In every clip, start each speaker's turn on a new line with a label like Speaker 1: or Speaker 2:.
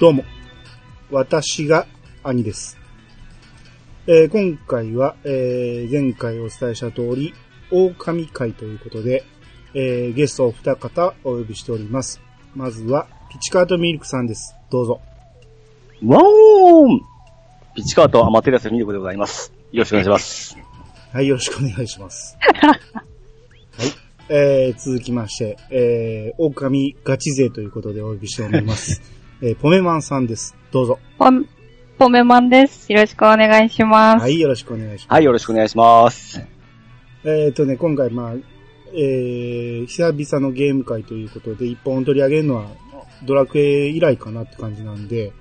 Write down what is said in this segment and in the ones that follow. Speaker 1: どうも。私が兄です。えー今回は、えー前回お伝えした通り、狼会ということで、えーゲストを二方お呼びしております。まずは、ピチカートミルクさんです。どうぞ。
Speaker 2: ワオーンピッチカートアマテラスミルクでございます。よろしくお願いします。
Speaker 1: はい、よろしくお願いし ます。はい。えー、続きまして、えー、狼ガチ勢ということでお呼びしており ます。えー、ポメマンさんです。どうぞ。
Speaker 3: ポン、ポメマンです。よろしくお願いします。
Speaker 1: はい、よろしくお願いします。
Speaker 2: はい、よろしくお願いします。
Speaker 1: えっ、とね、今回まあ、えー、久々のゲーム会ということで、一本取り上げるのは、ドラクエ以来かなって感じなんで、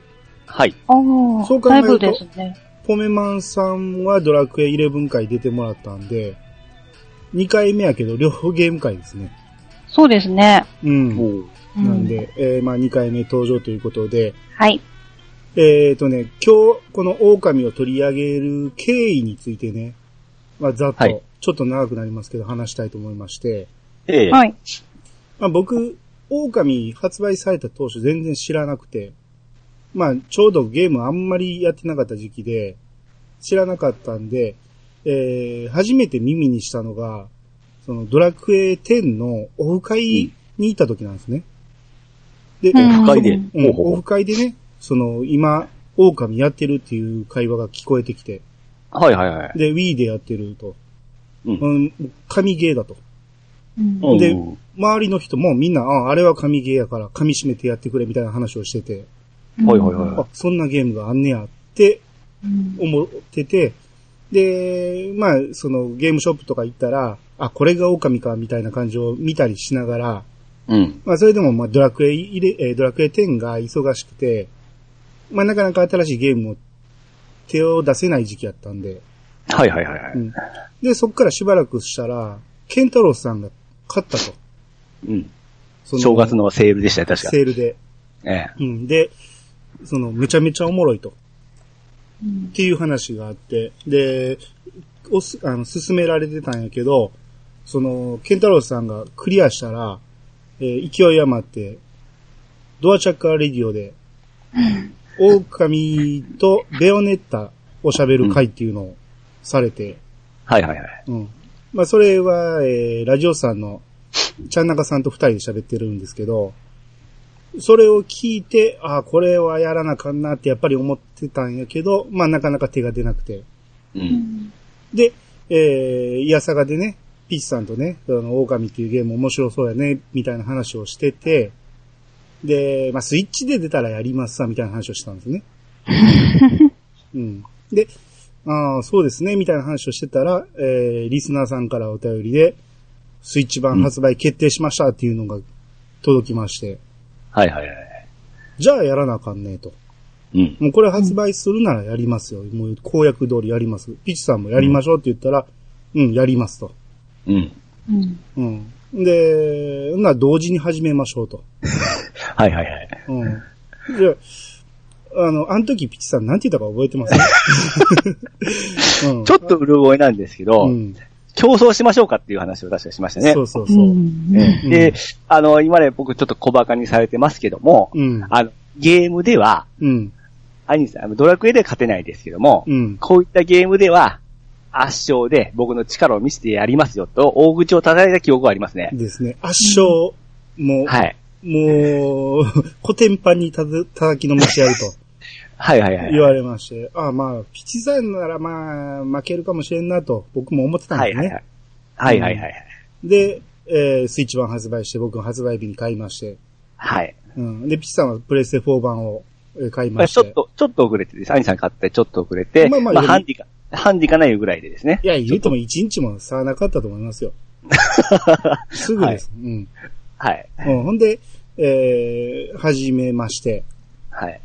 Speaker 2: はい。
Speaker 3: おー
Speaker 1: そう考えると
Speaker 3: だいぶですね。
Speaker 1: ポメマンさんはドラクエ11回出てもらったんで、2回目やけど、両方ゲーム会ですね。
Speaker 3: そうですね。
Speaker 1: うん。
Speaker 2: お
Speaker 3: う
Speaker 1: なんで、えーまあ2回目登場ということで、
Speaker 3: はい。
Speaker 1: えーとね、今日、この狼を取り上げる経緯についてね、まあ、ざっと、
Speaker 2: はい
Speaker 1: ちょっと長くなりますけど、話したいと思いまして、
Speaker 2: ええ。
Speaker 3: はい。
Speaker 1: まあ、僕、狼発売された当初全然知らなくて、まあ、ちょうどゲームあんまりやってなかった時期で、知らなかったんで、えー、初めて耳にしたのが、そのドラクエ10のオフ会に行った時なんですね。で、
Speaker 3: うん
Speaker 2: オフ会で。
Speaker 1: うん、
Speaker 2: ほうほう
Speaker 1: オフ会でね、その、今、狼やってるっていう会話が聞こえてきて、
Speaker 2: はいはいはい。
Speaker 1: で、Wii でやってると。
Speaker 2: うん
Speaker 1: うん、神ゲーだと。
Speaker 3: うん
Speaker 2: うん
Speaker 1: で周りの人もみんな、ああれは神ゲーやから噛み締めてやってくれみたいな話をしてて、
Speaker 2: はいはいはい
Speaker 1: あ、そんなゲームがあんねやって
Speaker 3: うん
Speaker 1: 思ってて、で、まあ、そのゲームショップとか行ったら、あ、これが狼かみたいな感じを見たりしながら、
Speaker 2: うん。
Speaker 1: まあ、それでも、まあ、ドラクエ入れ、えードラクエ10が忙しくて、まあ、なかなか新しいゲームを手を出せない時期やったんで、
Speaker 2: はいはいはいは
Speaker 1: う
Speaker 2: い。
Speaker 1: んで、そっからしばらくしたら、ケンタロウさんが勝ったと。
Speaker 2: うん。
Speaker 1: そ
Speaker 2: 正月のセールでしたよ、確か。
Speaker 1: セールで。
Speaker 2: ええ。
Speaker 1: うん。で、その、めちゃめちゃおもろいと。
Speaker 3: うん
Speaker 1: っていう話があって、で、おす、あの、勧められてたんやけど、その、ケンタロウさんがクリアしたら、えー勢い余って、ドアチャッカーレディオで、狼とベオネッタを喋る会っていうのをされて、
Speaker 2: はいはいはい。
Speaker 1: うん。まあ、それは、えーラジオさんの、ちゃんなかさんと二人で喋ってるんですけど、それを聞いて、ああ、これはやらなあかんなってやっぱり思ってたんやけど、まあ、なかなか手が出なくて。
Speaker 2: うん。
Speaker 1: で、えー、イヤサガでね、ピッチさんとね、あの、狼っていうゲーム面白そうやね、みたいな話をしてて、で、まあ、スイッチで出たらやりますさ、みたいな話をしたんですね。うん。で、ああ、そうですね、みたいな話をしてたら、えー、リスナーさんからお便りで、スイッチ版発売決定しましたっていうのが届きまして、
Speaker 2: はいはいはい。
Speaker 1: じゃあやらなあかんねえと。
Speaker 2: うん。
Speaker 1: もうこれ発売するならやりますよ。もう公約通りやります。ピッチさんもやりましょうって言ったら、うん、やりますと。
Speaker 2: うん。
Speaker 3: うん
Speaker 1: うん。で、な、同時に始めましょうと。
Speaker 2: はいはいはい。
Speaker 1: うん。で、あの、あの時ピチさんなんて言ったか覚えてますうん。
Speaker 2: ちょっとうる覚えなんですけど、
Speaker 1: うん。
Speaker 2: 競争しましょうかっていう話を確かしましたね。
Speaker 1: そうそう
Speaker 3: う
Speaker 1: そう。
Speaker 3: ん
Speaker 2: ええ
Speaker 1: うん
Speaker 2: で、あの、今まで僕ちょっと小馬鹿にされてますけども、
Speaker 1: うん。
Speaker 2: あの、ゲームでは、
Speaker 1: うん。
Speaker 2: アニさん、ドラクエでは勝てないですけども、
Speaker 1: うん。
Speaker 2: こういったゲームでは、圧勝で僕の力を見せてやりますよと、大口を叩いた記憶がありますね。
Speaker 1: ですね。圧勝、もう、
Speaker 2: はい。
Speaker 1: もう、古典版にたず叩きのめしてやると
Speaker 2: はいはいはい。
Speaker 1: 言われまして、ああまあ、ピチさんならまあ、負けるかもしれんなと、僕も思ってたん
Speaker 2: は
Speaker 1: で
Speaker 2: い
Speaker 1: す
Speaker 2: はい
Speaker 1: ね。
Speaker 2: はい。はいはいはい。
Speaker 1: で、えースイッチ版発売して、僕も発売日に買いまして、
Speaker 2: はい。
Speaker 1: うん。で、ピッチさんはプレステ4版をえー買い
Speaker 2: ま
Speaker 1: ま
Speaker 2: あ
Speaker 1: し
Speaker 2: ちょ
Speaker 1: て。
Speaker 2: っと、ちょっと遅れてです。アニさん買ってちょっと遅れて、
Speaker 1: まあま
Speaker 2: まあ
Speaker 1: あより
Speaker 2: ハンディか、ハンディかないぐらいでですね
Speaker 1: い。や、言うても1日も差はなかったと思います よ。すぐです。うん
Speaker 2: はい。
Speaker 1: うん。ほんで、えー、始めまして。
Speaker 2: はい。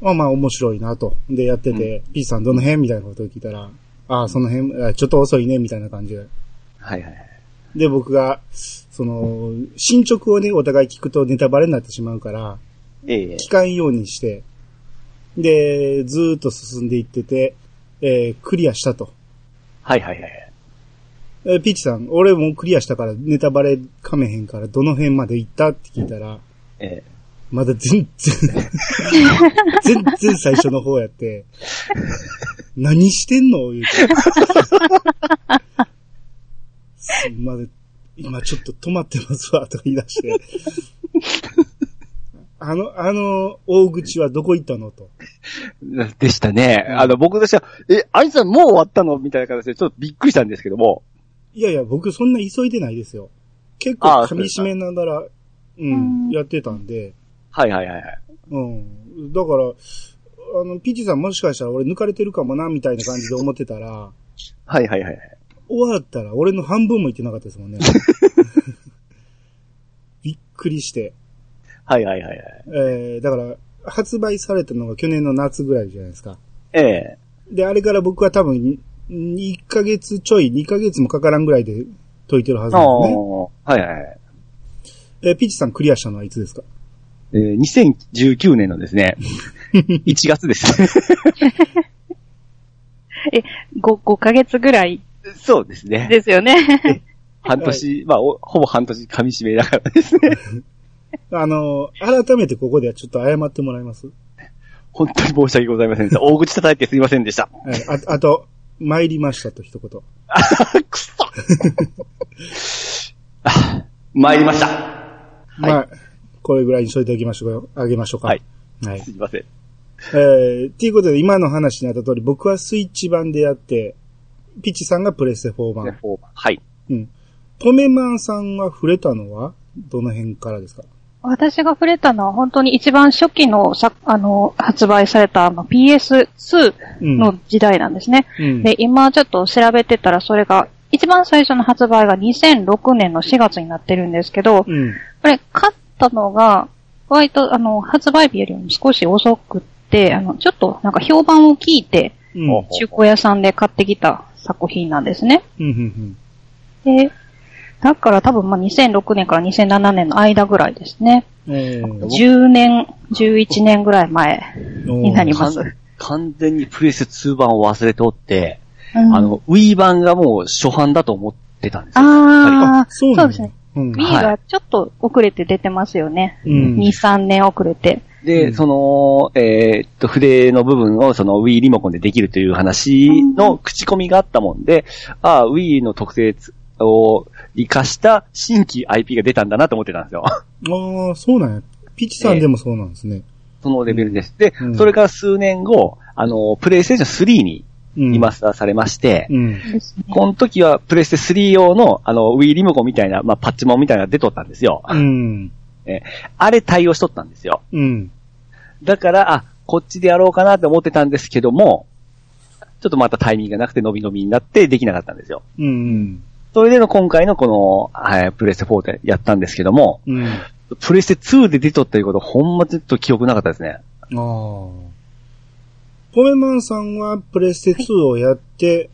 Speaker 1: まあまあ面白いなと。で、やってて、P さんどの辺みたいなことを聞いたら、ああ、その辺、あちょっと遅いね、みたいな感じで。
Speaker 2: はいはいはい。
Speaker 1: で、僕が、その、進捗をね、お互い聞くとネタバレになってしまうから、
Speaker 2: ええ
Speaker 1: 聞かんようにして、で、ずーっと進んでいってて、えー、クリアしたと。
Speaker 2: はいはいはい。
Speaker 1: えーピーチさん、俺もうクリアしたからネタバレかめへんからどの辺まで行ったって聞いたら、
Speaker 2: ええ
Speaker 1: まだ全然、 全然最初の方やって、何してんの言うて。すんまで、今ちょっと止まってますわ、とか言い出して。あの、あの、大口はどこ行ったのと。
Speaker 2: でしたね。あの、僕としては、え、あいつはもう終わったのみたいな形で、ちょっとびっくりしたんですけども。
Speaker 1: いやいや、僕そんな急いでないですよ。結
Speaker 2: あ
Speaker 1: 構
Speaker 2: あ
Speaker 1: 噛
Speaker 2: そう
Speaker 1: み
Speaker 2: です
Speaker 1: 締
Speaker 2: か
Speaker 1: めながら、う、
Speaker 3: うんん
Speaker 1: やってたんで、
Speaker 2: はいはいはいはい。
Speaker 1: うん。だから、あの、ピーチさんもしかしたら俺抜かれてるかもな、みたいな感じで思ってたら、
Speaker 2: はいはいはいはい。
Speaker 1: 終わったら俺の半分も言ってなかったですもんね。 びっくりして。
Speaker 2: はいはいはいはい。
Speaker 1: えー、だから、発売されたのが去年の夏ぐらいじゃないですか。
Speaker 2: ええ
Speaker 1: で、あれから僕は多分、1ヶ月ちょい、2ヶ月もかからんぐらいで解いてるはず
Speaker 2: ああ
Speaker 1: なんですね。
Speaker 2: はいはいはい。
Speaker 1: えー、ピーチさんクリアしたのはいつですか
Speaker 2: えー2019年のです ね、1月です。
Speaker 3: 5、5ヶ月ぐらい
Speaker 2: そうですね。
Speaker 3: ですよね。
Speaker 2: 半年、まあ、おほぼ半年噛み締めだからですね。
Speaker 1: あの、改めてここではちょっと謝ってもらいます。
Speaker 2: 本当に申し訳ございませんでした。大口叩いてすいませんでした。
Speaker 1: はいああと、参りましたと一言。
Speaker 2: く そあ参りました。はい
Speaker 1: まあ、これぐらいにしといておきましょうよあげましょうか。
Speaker 2: はい。
Speaker 1: はい。
Speaker 2: すいません。
Speaker 1: えー、っていうことで今の話にあった通り、僕はスイッチ版でやって、ピチさんがプレステ4版。
Speaker 2: はい。
Speaker 1: うん。ポメマンさんは触れたのは、どの辺からですか
Speaker 3: 私が触れたのは本当に一番初期のさ、あの、発売されたあの PS2
Speaker 1: うん。
Speaker 3: の時代なんですね。
Speaker 1: うん。
Speaker 3: で、今ちょっと調べてたらそれが、一番最初の発売が2006年の4月になってるんですけど、
Speaker 1: うん。
Speaker 3: これ、買ったのが、割と、あの、発売日よりも少し遅くって、あの、ちょっと、なんか評判を聞いて、
Speaker 1: うん。
Speaker 2: お
Speaker 3: 中古屋さんで買ってきた作品なんですね。
Speaker 1: うん。うん。
Speaker 3: で、だから多分、まあ、2006年から2007年の間ぐらいですね。
Speaker 1: うんえー
Speaker 3: 10年、11年ぐらい前になります。
Speaker 2: 完全にプレス2版を忘れておって、
Speaker 3: うん
Speaker 2: あ、の、Wii 版がもう初版だと思ってたんですよ。
Speaker 3: あー
Speaker 1: そう
Speaker 3: そ
Speaker 1: な
Speaker 3: うんで
Speaker 1: だ
Speaker 3: すね。。
Speaker 1: うん。
Speaker 3: B
Speaker 2: は
Speaker 3: が
Speaker 2: い
Speaker 3: ちょっと遅れて出てますよね。
Speaker 1: うん
Speaker 3: 2、3年遅れて。
Speaker 2: で、
Speaker 1: うん
Speaker 2: その、えーっと、筆の部分をその Wii リモコンでできるという話の口コミがあったもんで、ああ、Wii の特性を活かした新規 IP が出たんだなと思ってたんですよ。
Speaker 1: ああ、そうなんや。ピチさんでもそうなんですね。
Speaker 2: そのレベルです。で、
Speaker 1: うん
Speaker 2: それから数年後、あの、プレイステーション3に
Speaker 1: うん。
Speaker 2: リマスターされまして、
Speaker 1: うん。
Speaker 3: ですね
Speaker 2: この時はプレステ3用の、あの、Wii リモコンみたいな、まあ、パッチモンみたいなのが出とったんですよ。
Speaker 1: うん。
Speaker 2: あれ対応しとったんですよ。
Speaker 1: うん。
Speaker 2: だから、あ、こっちでやろうかなって思ってたんですけども、ちょっとまたタイミングがなくて伸び伸びになってできなかったんですよ。
Speaker 1: うん。
Speaker 2: それでの今回のこの、はい、プレステ4でやったんですけども、
Speaker 1: うん。あ
Speaker 2: プレステ2で出とったいうこと、ほんまちょっと記憶なかったですね。
Speaker 1: あ。ポメマンさんはプレステ2をやって、
Speaker 3: はい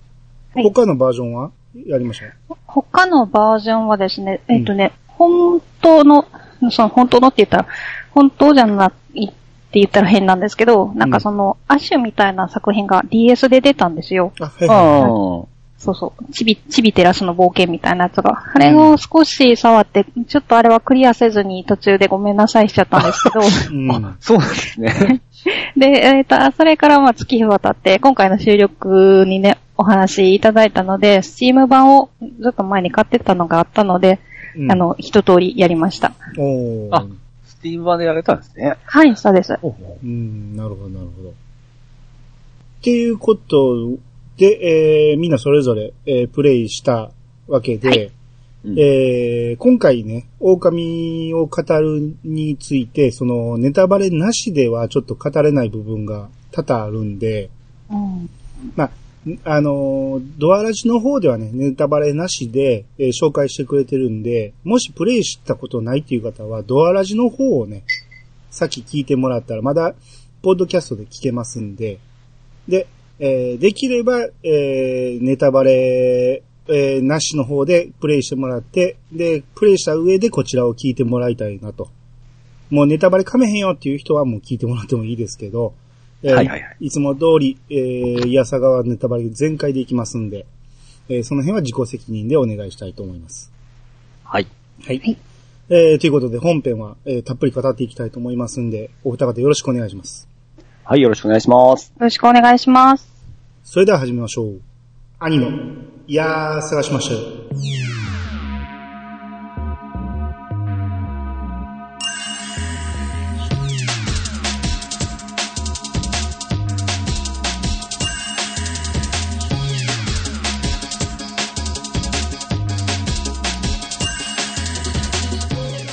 Speaker 1: 他のバージョンはやりました
Speaker 3: 他のバージョンはですね、えっ、とね、本当の、その本当のって言ったら、本当じゃないって言ったら変なんですけど、なんかその、アッシュみたいな作品が DS で出たんですよ。
Speaker 1: あ、はいは
Speaker 2: あ
Speaker 3: そうそう。ちび、ちびてらすの冒険みたいなやつが。あれを少し触って、ちょっとあれはクリアせずに途中でごめんなさいしちゃったんですけど、
Speaker 1: い。うん。
Speaker 2: あ、そうなんですね。
Speaker 3: で、えっ、と、それからまあ月日は経って、今回の収録にね、お話しいただいたので、スチーム版をずっと前に買ってたのがあったので、
Speaker 1: うん
Speaker 3: あ、の、一通りやりました。
Speaker 1: おー
Speaker 2: あスティーム版でやられたんですね。
Speaker 3: はい、そうです。
Speaker 1: うん、なるほど、なるほど。っていうことで、えーみんなそれぞれ、えープレイしたわけで、
Speaker 3: はい
Speaker 2: うん
Speaker 1: えー今回ね、狼を語るについて、その、ネタバレなしではちょっと語れない部分が多々あるんで、
Speaker 3: うん。
Speaker 1: んあのー、ドアラジの方ではね、ネタバレなしで、えー紹介してくれてるんで、もしプレイしたことないっていう方は、ドアラジの方をね、さっき聞いてもらったら、まだ、ポッドキャストで聞けますんで、で、えーできれば、えーネタバレ、えーなしの方でプレイしてもらって、で、プレイした上でこちらを聞いてもらいたいなと。もうネタバレかめへんよっていう人はもう聞いてもらってもいいですけど、えー
Speaker 2: はいはいはい
Speaker 1: いつも通り、えー、いやさがわネタバレ全開でいきますんで、えーその辺は自己責任でお願いしたいと思います。
Speaker 2: はい。
Speaker 1: はい。
Speaker 3: はい
Speaker 1: えー、ということで本編は、えーたっぷり語っていきたいと思いますんで、お二方よろしくお願いします。
Speaker 2: はい、よろしくお願いします。
Speaker 3: よろしくお願いします。
Speaker 1: それでは始めましょう。兄の、いやー、探しましょう。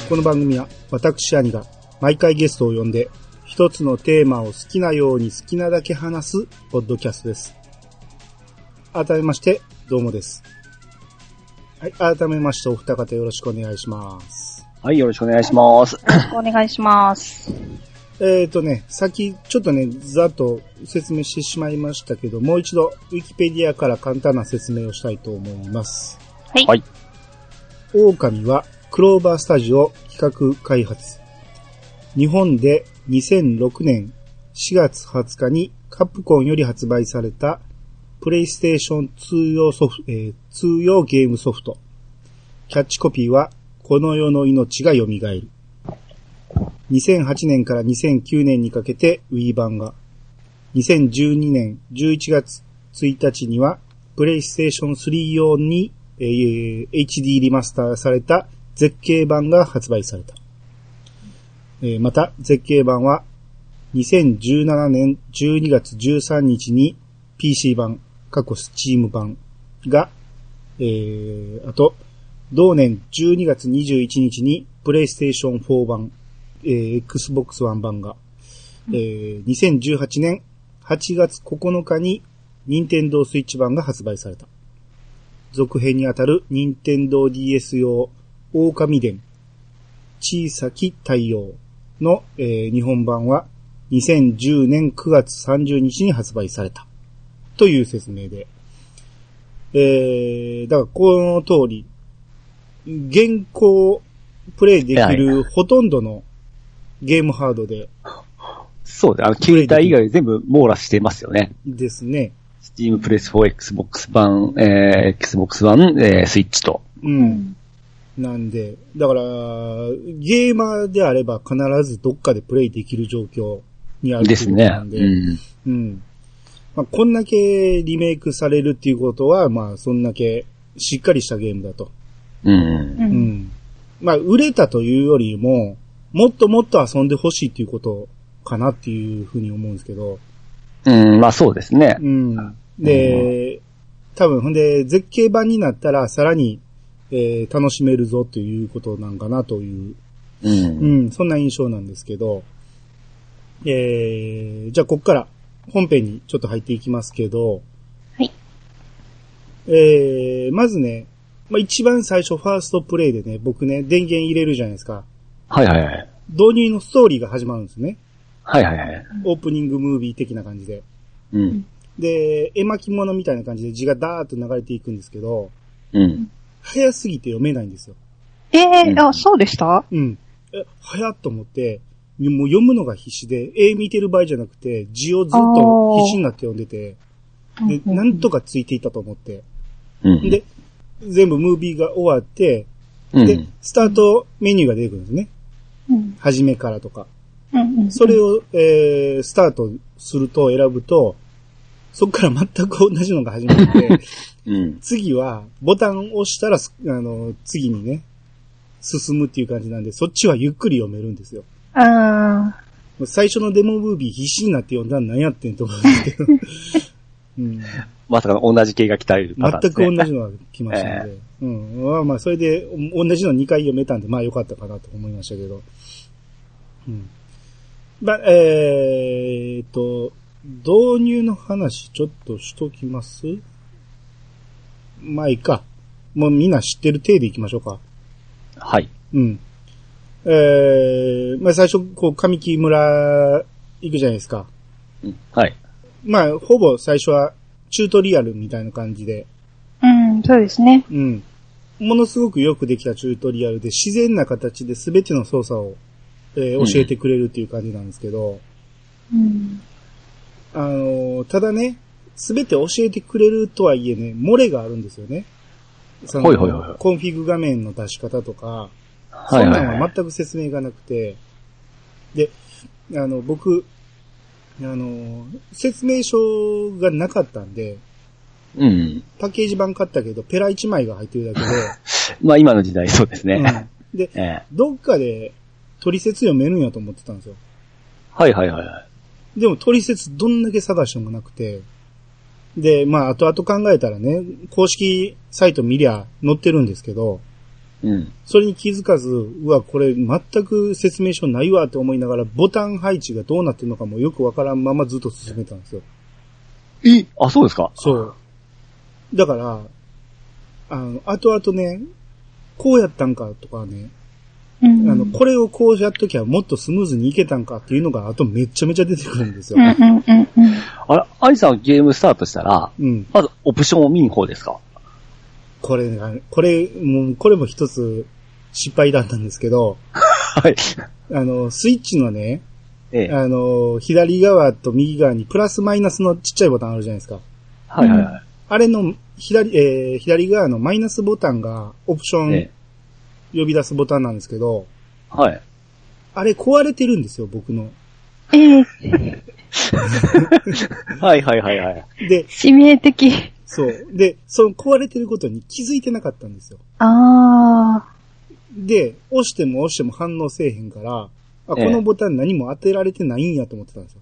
Speaker 1: この番組は私兄が毎回ゲストを呼んで一つのテーマを好きなように好きなだけ話すポッドキャストです。改めまして、どうもです。はい、改めましてお二方よろしくお願いします。
Speaker 2: はい、よろしくお願いします。
Speaker 3: よろしくお願いします。
Speaker 1: えーとね、先ちょっとね、ざっと説明してしまいましたけど、もう一度、ウィキペディアから簡単な説明をしたいと思います。
Speaker 3: はい
Speaker 2: はい
Speaker 1: 狼は、クローバースタジオ企画開発。日本で2006年4月20日にカプコンより発売された、プレイステーション通用ソフト、えー通用ゲームソフト。キャッチコピーは、この世の命が蘇る。2008年から2009年にかけて Wii 版が、2012年11月1日には、プレイステーション3用に、えー HD リマスターされた絶景版が発売された。えーまた、絶景版は、2017年12月13日に PC 版、過去 Steam 版が、えー、あと、同年12月21日に PlayStation 4版、えー Xbox One 版が、えー2018年8月9日に Nintendo Switch 版が発売された。続編にあたる Nintendo DS 用狼伝小さき太陽の、えー日本版は2010年9月30日に発売された。という説明で。えー、だからこの通り、現行プレイできるほとんどのゲームハードで
Speaker 2: そうです。あの、携帯以外全部網羅してますよね。
Speaker 1: ですね。
Speaker 2: Steam Press 4、Xbox 版、えー、Xbox 版、えー、Switch と。
Speaker 1: うん。なんで、だから、ゲーマーであれば必ずどっかでプレイできる状況にある
Speaker 2: です
Speaker 1: という
Speaker 2: ね
Speaker 1: ことな。んで
Speaker 2: うん。
Speaker 1: うん。まあ、こんだけリメイクされるっていうことは、まあ、そんだけしっかりしたゲームだと。
Speaker 2: うん。
Speaker 3: う。
Speaker 1: うんん。まあ、売れたというよりも、もっともっと遊んでほしいっていうことかなっていうふうに思うんですけど。
Speaker 2: うん、まあそうですね。
Speaker 1: うん。で、多分、ほんで、絶景版になったら、さらに、えー楽しめるぞということなんかなという
Speaker 2: う。
Speaker 1: うんん、そんな印象なんですけど、えー、じゃあこっから本編にちょっと入っていきますけど、
Speaker 3: はい。
Speaker 1: えー、まずね、まあ、一番最初ファーストプレイでね、僕ね、電源入れるじゃないですか。
Speaker 2: はいはいはい。
Speaker 1: 導入のストーリーが始まるんですね。
Speaker 2: はいはいはい。
Speaker 1: オープニングムービー的な感じで。
Speaker 2: うん。
Speaker 1: で、絵巻物みたいな感じで字がダーッと流れていくんですけど、
Speaker 2: うん。
Speaker 1: 早すぎて読めないんですよ。
Speaker 3: ええ
Speaker 2: うん
Speaker 3: あ、そうでした
Speaker 1: うん。え、早っと思って、もう読むのが必死で、絵見てる場合じゃなくて、字をずっと必死になって読んでて、で、なんとかついていたと思って。
Speaker 2: うん。
Speaker 1: で、全部ムービーが終わって、
Speaker 2: うん、
Speaker 1: で、スタートメニューが出てくるんですね。
Speaker 3: うん。
Speaker 1: 初めからとか。
Speaker 3: うんうん。
Speaker 1: それを、えー、スタートすると選ぶと、そこから全く同じのが始まって、
Speaker 2: うん。
Speaker 1: 次は、ボタンを押したらす、あの、次にね、進むっていう感じなんで、そっちはゆっくり読めるんですよ。
Speaker 3: あ
Speaker 1: 最初のデモムービー必死になって読んだら何やってんと思うんですけど。うん、
Speaker 2: まさかの同じ系が来たるパターンで
Speaker 1: 全
Speaker 2: すね。
Speaker 1: く同じのが来ましたので。うん。まあまあ、それで、お同じの2回読めたんで、まあ良かったかなと思いましたけど。うん。まあ、えーっと、導入の話ちょっとしときますまあいいか。もうみんな知ってる体でいきましょうか。
Speaker 2: はい。
Speaker 1: うん。えー、まあ最初、こう、神木村行くじゃないですか。
Speaker 2: うんはい。
Speaker 1: まあ、ほぼ最初はチュートリアルみたいな感じで、
Speaker 3: あ。うん、そうですね。
Speaker 1: うん。ものすごくよくできたチュートリアルで自然な形で全ての操作を、えー
Speaker 2: うん
Speaker 1: 教えてくれるっていう感じなんですけど、
Speaker 3: うん。
Speaker 1: あのーただね、全て教えてくれるとはいえね、漏れがあるんですよね。その
Speaker 2: はいはいはいはい
Speaker 1: コンフィグ画面の出し方とか、そ
Speaker 2: い
Speaker 1: ん
Speaker 2: は
Speaker 1: ないんは全く説明がなくて、で、あの、僕、あの、説明書がなかったんで、
Speaker 2: うん。
Speaker 1: パッケージ版買ったけど、ペラ1枚が入って るだ
Speaker 2: まあ今の時代そうです
Speaker 1: けで、
Speaker 2: ね。
Speaker 1: うん、で、
Speaker 2: ええ
Speaker 1: どっかで、取説読めるんやと思ってたんですよ。
Speaker 2: はいはいはいはい。
Speaker 1: でも、取説どんだけ探してもなくて。で、まあ、後々考えたらね、公式サイト見りゃ載ってるんですけど、
Speaker 2: うん。
Speaker 1: それに気づかず、うわ、これ全く説明書ないわって思いながら、ボタン配置がどうなってるのかもよくわからんままずっと進めたんですよ。
Speaker 2: えあ、そうですか
Speaker 1: そう。だから、あの、後々ね、こうやったんかとかね、
Speaker 3: う
Speaker 1: あ
Speaker 3: ん。
Speaker 1: の、これをこうやっときゃもっとスムーズにいけたんかっていうのが、あとめちゃめちゃ出てくるんですよ
Speaker 3: うん。うんうんうん。
Speaker 2: あれ、アイさんゲームスタートしたら、
Speaker 1: うん。
Speaker 2: まずオプションを見に方ですか
Speaker 1: これが、これ、もう、これも一つ失敗だったんですけど、
Speaker 2: はい。
Speaker 1: あの、スイッチのね、
Speaker 2: ええ。
Speaker 1: あの、左側と右側にプラスマイナスのちっちゃいボタンあるじゃないですか。
Speaker 2: はいはいはい。
Speaker 1: あれの左、えー左側のマイナスボタンがオプショ
Speaker 2: え
Speaker 1: ン
Speaker 2: え
Speaker 1: 呼び出すボタンなんですけど、
Speaker 2: はい。
Speaker 1: あれ壊れてるんですよ、僕の。
Speaker 3: ええ
Speaker 2: はいはいはいはい。
Speaker 1: で、
Speaker 3: 致命的。
Speaker 1: そう。で、その壊れてることに気づいてなかったんですよ。
Speaker 3: ああ。
Speaker 1: で、押しても押しても反応せえへんから、あ、こ
Speaker 2: ええ
Speaker 1: のボタン何も当てられてないんやと思ってたんですよ。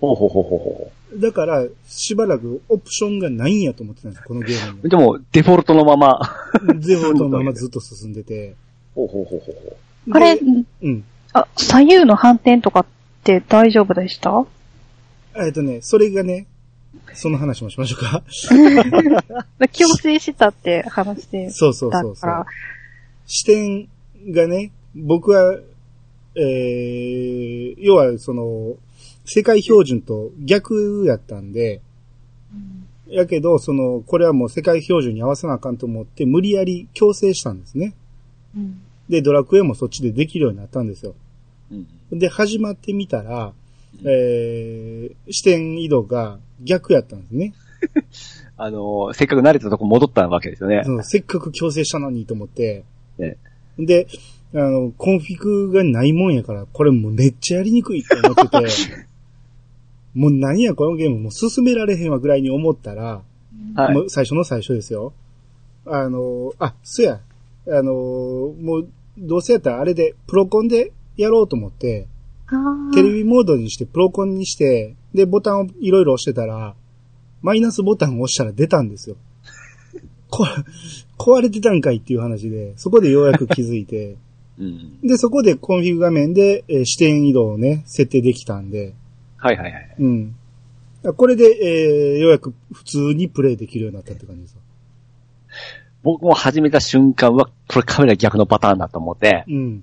Speaker 2: ほうほうほうほうほ
Speaker 1: だから、しばらくオプションがないんやと思ってたんですよ、このゲーム
Speaker 2: う。でも、デフォルトのまま。
Speaker 1: に。ゼロのままずっと進んでて。
Speaker 2: ほうほうほうほうほ
Speaker 3: あれ
Speaker 1: で、うん。
Speaker 3: あ、左右の反転とかって大丈夫でした
Speaker 1: えっとね、それがね、その話もしましょう か。
Speaker 3: 強制したって話で。
Speaker 1: そうそうそう
Speaker 3: だか
Speaker 1: そう
Speaker 3: ら。
Speaker 1: 視点がね、僕は、えー、要はその、世界標準と逆やったんで、やけど、その、これはもう世界標準に合わせなあかんと思って、無理やり強制したんですね。
Speaker 3: うん
Speaker 1: で、ドラクエもそっちでできるようになったんですよ。
Speaker 2: う。うん。
Speaker 1: で、始まってみたら、えー、視点移動が逆やったんですね。
Speaker 2: あのー、せっかく慣れたとこ戻ったわけですよね
Speaker 1: そ。のせっかく強制したのにと思って。
Speaker 2: ね
Speaker 1: で、あの、コンフィグがないもんやから、これもうめっちゃやりにくいって思ってて、もうなんやこのゲームもう進められへんわぐらいに思ったら、
Speaker 2: はい
Speaker 1: も。う最初の最初ですよ。あの、あ、そや、あの、もう、どうせやったらあれで、プロコンでやろうと思って、
Speaker 3: あー
Speaker 1: テレビモードにして、プロコンにして、で、ボタンをいろいろ押してたら、マイナスボタンを押したら出たん ですよ。こ、壊れてたんかいっていう話で、そこでようやく気づい て、
Speaker 2: うん。
Speaker 1: で、そこでコンフィグ画面で、えー視点移動をね、設定できたんで、
Speaker 2: はいはいはい。
Speaker 1: うん。これで、えーようやく普通にプレイできるようになったって感じですよ。
Speaker 2: 僕も始めた瞬間は、これカメラ逆のパターンだと思って、
Speaker 1: うん。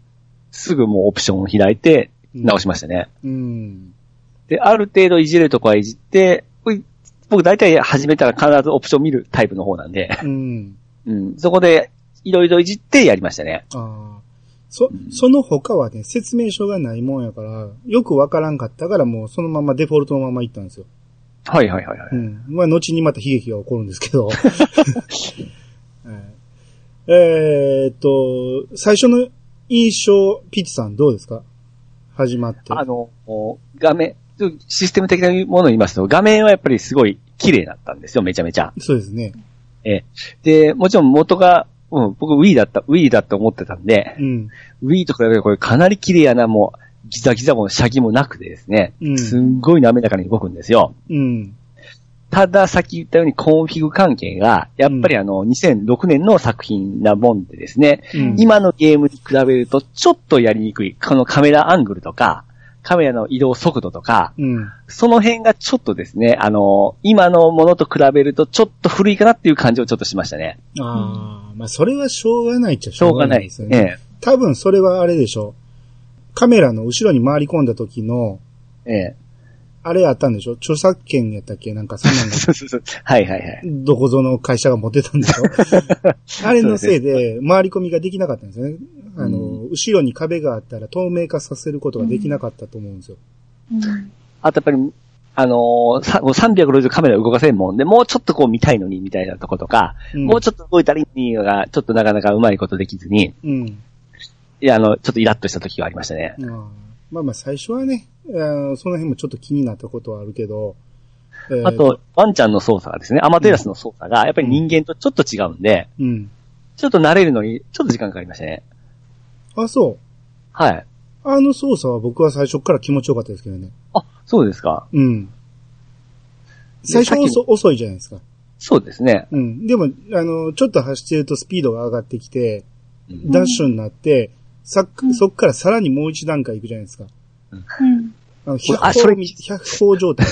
Speaker 2: すぐもうオプションを開いて、直しましたね。
Speaker 1: うん。
Speaker 2: で、ある程度いじれるとこはいじって、うい僕大体始めたら必ずオプション見るタイプの方なんで、
Speaker 1: うん。
Speaker 2: うん。そこで、いろいろいじってやりましたね。
Speaker 1: ああ。そ、その他はね、説明書がないもんやから、よくわからんかったからもうそのままデフォルトのまま行ったんですよ。
Speaker 2: はいはいはいはい。
Speaker 1: うん。まあ、後にまた悲劇が起こるんですけ ど。 はいえーっと、最初の印象、ピッチさんどうですか始まって。
Speaker 2: あの、もう画面、ちょシステム的なものを言いますと、画面はやっぱりすごい綺麗だったんですよ、めちゃめちゃ。
Speaker 1: そうですね。
Speaker 2: ええで、もちろん元が、うん、僕 Wii だった、Wii だって思ってたんで
Speaker 1: う、ん。
Speaker 2: Wii と比べてこれかなり綺麗やな、もう、ギザギザもシャギもなくてですね、
Speaker 1: うん
Speaker 2: すんごい滑らかに動くんですよ。
Speaker 1: うん。
Speaker 2: ただ、さっき言ったようにコンフィグ関係が、やっぱりあの、2006年の作品なもんでですね、
Speaker 1: うん
Speaker 2: 今のゲームに比べるとちょっとやりにくい。このカメラアングルとか、カメラの移動速度とか、
Speaker 1: うん。
Speaker 2: その辺がちょっとですね、あの、今のものと比べるとちょっと古いかなっていう感じをちょっとしましたね。
Speaker 1: ああ、まあ、それはしょうがないっちゃし
Speaker 2: しょ
Speaker 1: ょ
Speaker 2: う
Speaker 1: う
Speaker 2: が
Speaker 1: が
Speaker 2: な
Speaker 1: ないで
Speaker 2: いですす
Speaker 1: よね。
Speaker 2: ね。
Speaker 1: 多分それはあれでしょう。カメラの後ろに回り込んだ時の、
Speaker 2: ええ。
Speaker 1: あれあったんでしょ著作権やったっけなんかそん なのが
Speaker 2: そうそうそう。はいはいはい。
Speaker 1: どこぞの会社が持ってたんでし ょあれのせいで、回り込みができなかったんですよね。あの、
Speaker 2: う
Speaker 1: 後ろに壁があったら透明化させることができなかったと思うんですよ。
Speaker 3: うん
Speaker 2: あとやっぱり、あのーさもう360カメラ動かせんもんで、もうちょっとこう見たいのにみたいなとことか、
Speaker 1: うん
Speaker 2: もうちょっと動いたりにが、ちょっとなかなかうまいことできずに、
Speaker 1: うん。
Speaker 2: いや、あの、ちょっとイラッとした時がありましたね。
Speaker 1: うんまあまあ最初はね、あのその辺もちょっと気になったことはあるけど、えー
Speaker 2: あ、と、ワンちゃんの操作がですね、アマテラスの操作が、やっぱり人間とちょっと違うんで、
Speaker 1: うん。
Speaker 2: ちょっと慣れるのに、ちょっと時間かかりましたね。
Speaker 1: あ、そう。
Speaker 2: はい。
Speaker 1: あの操作は僕は最初から気持ちよかったですけどね。
Speaker 2: あ、そうですか。
Speaker 1: うん。最初は遅遅いじゃないですか。
Speaker 2: そうですね。
Speaker 1: うん。でも、あの、ちょっと走ってるとスピードが上がってきて、
Speaker 2: うん
Speaker 1: ダッシュになって、さっそっからさらにもう一段階行くじゃないですか。
Speaker 3: うん。
Speaker 1: あの、百
Speaker 2: あそれ
Speaker 1: 歩、百歩状 態。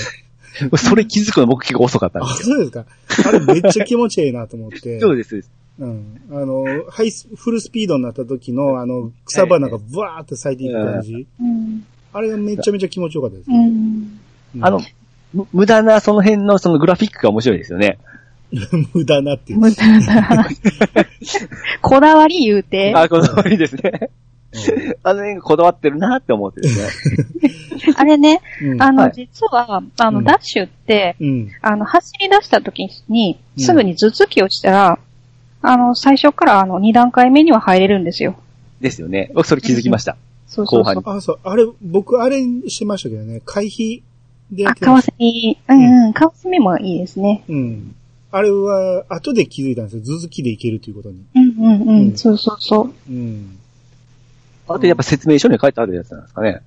Speaker 2: それ気づくの僕結構遅かったんで
Speaker 1: あ、
Speaker 2: す
Speaker 1: そうですか。あれめっちゃ気持ちいいなと思って。
Speaker 2: よ。 そうです。そうです
Speaker 1: うん。あの、ハイス、フルスピードになった時の、あの、草花がブワーって咲いていく感じ。
Speaker 3: うん。
Speaker 1: あれがめちゃめちゃ気持ちよかったです
Speaker 3: う。ん。
Speaker 1: うん
Speaker 2: あの、、む無駄なその辺のそのグラフィックが面白いですよね。
Speaker 1: 無駄なっていう。
Speaker 3: 無駄な。 こだわり言うて。
Speaker 2: あ、こだわりですね。
Speaker 1: う
Speaker 2: あの辺がこだわってるなって思って ですね。
Speaker 3: あれね、
Speaker 1: んうん
Speaker 3: あ
Speaker 2: は
Speaker 3: の、
Speaker 2: い
Speaker 3: 実は、あ
Speaker 1: う
Speaker 3: の、
Speaker 1: ん
Speaker 3: ダッシュって、
Speaker 1: うん。
Speaker 3: あの、走り出した時に、すぐに頭突きをしたら、あの、最初から、あの、2段階目には入れるんですよ。
Speaker 2: ですよね。僕それ気づきました。
Speaker 3: そうそう
Speaker 2: 後半
Speaker 3: そ
Speaker 1: あ、そ
Speaker 2: に
Speaker 3: う。
Speaker 1: う、あれ、僕、あれしてましたけどね、回避でや
Speaker 3: あ、
Speaker 1: って
Speaker 3: カワ
Speaker 1: まし
Speaker 3: セミ、うんうん、カワセミもいいですね。
Speaker 1: た。うん。あれは、後で気づいたんですよ。続きでいけるということに。
Speaker 3: うんうん
Speaker 1: う
Speaker 3: うんん、そうそうそう。
Speaker 1: うん。
Speaker 2: あとやっぱ説明書に書いてあるやつなんですかね。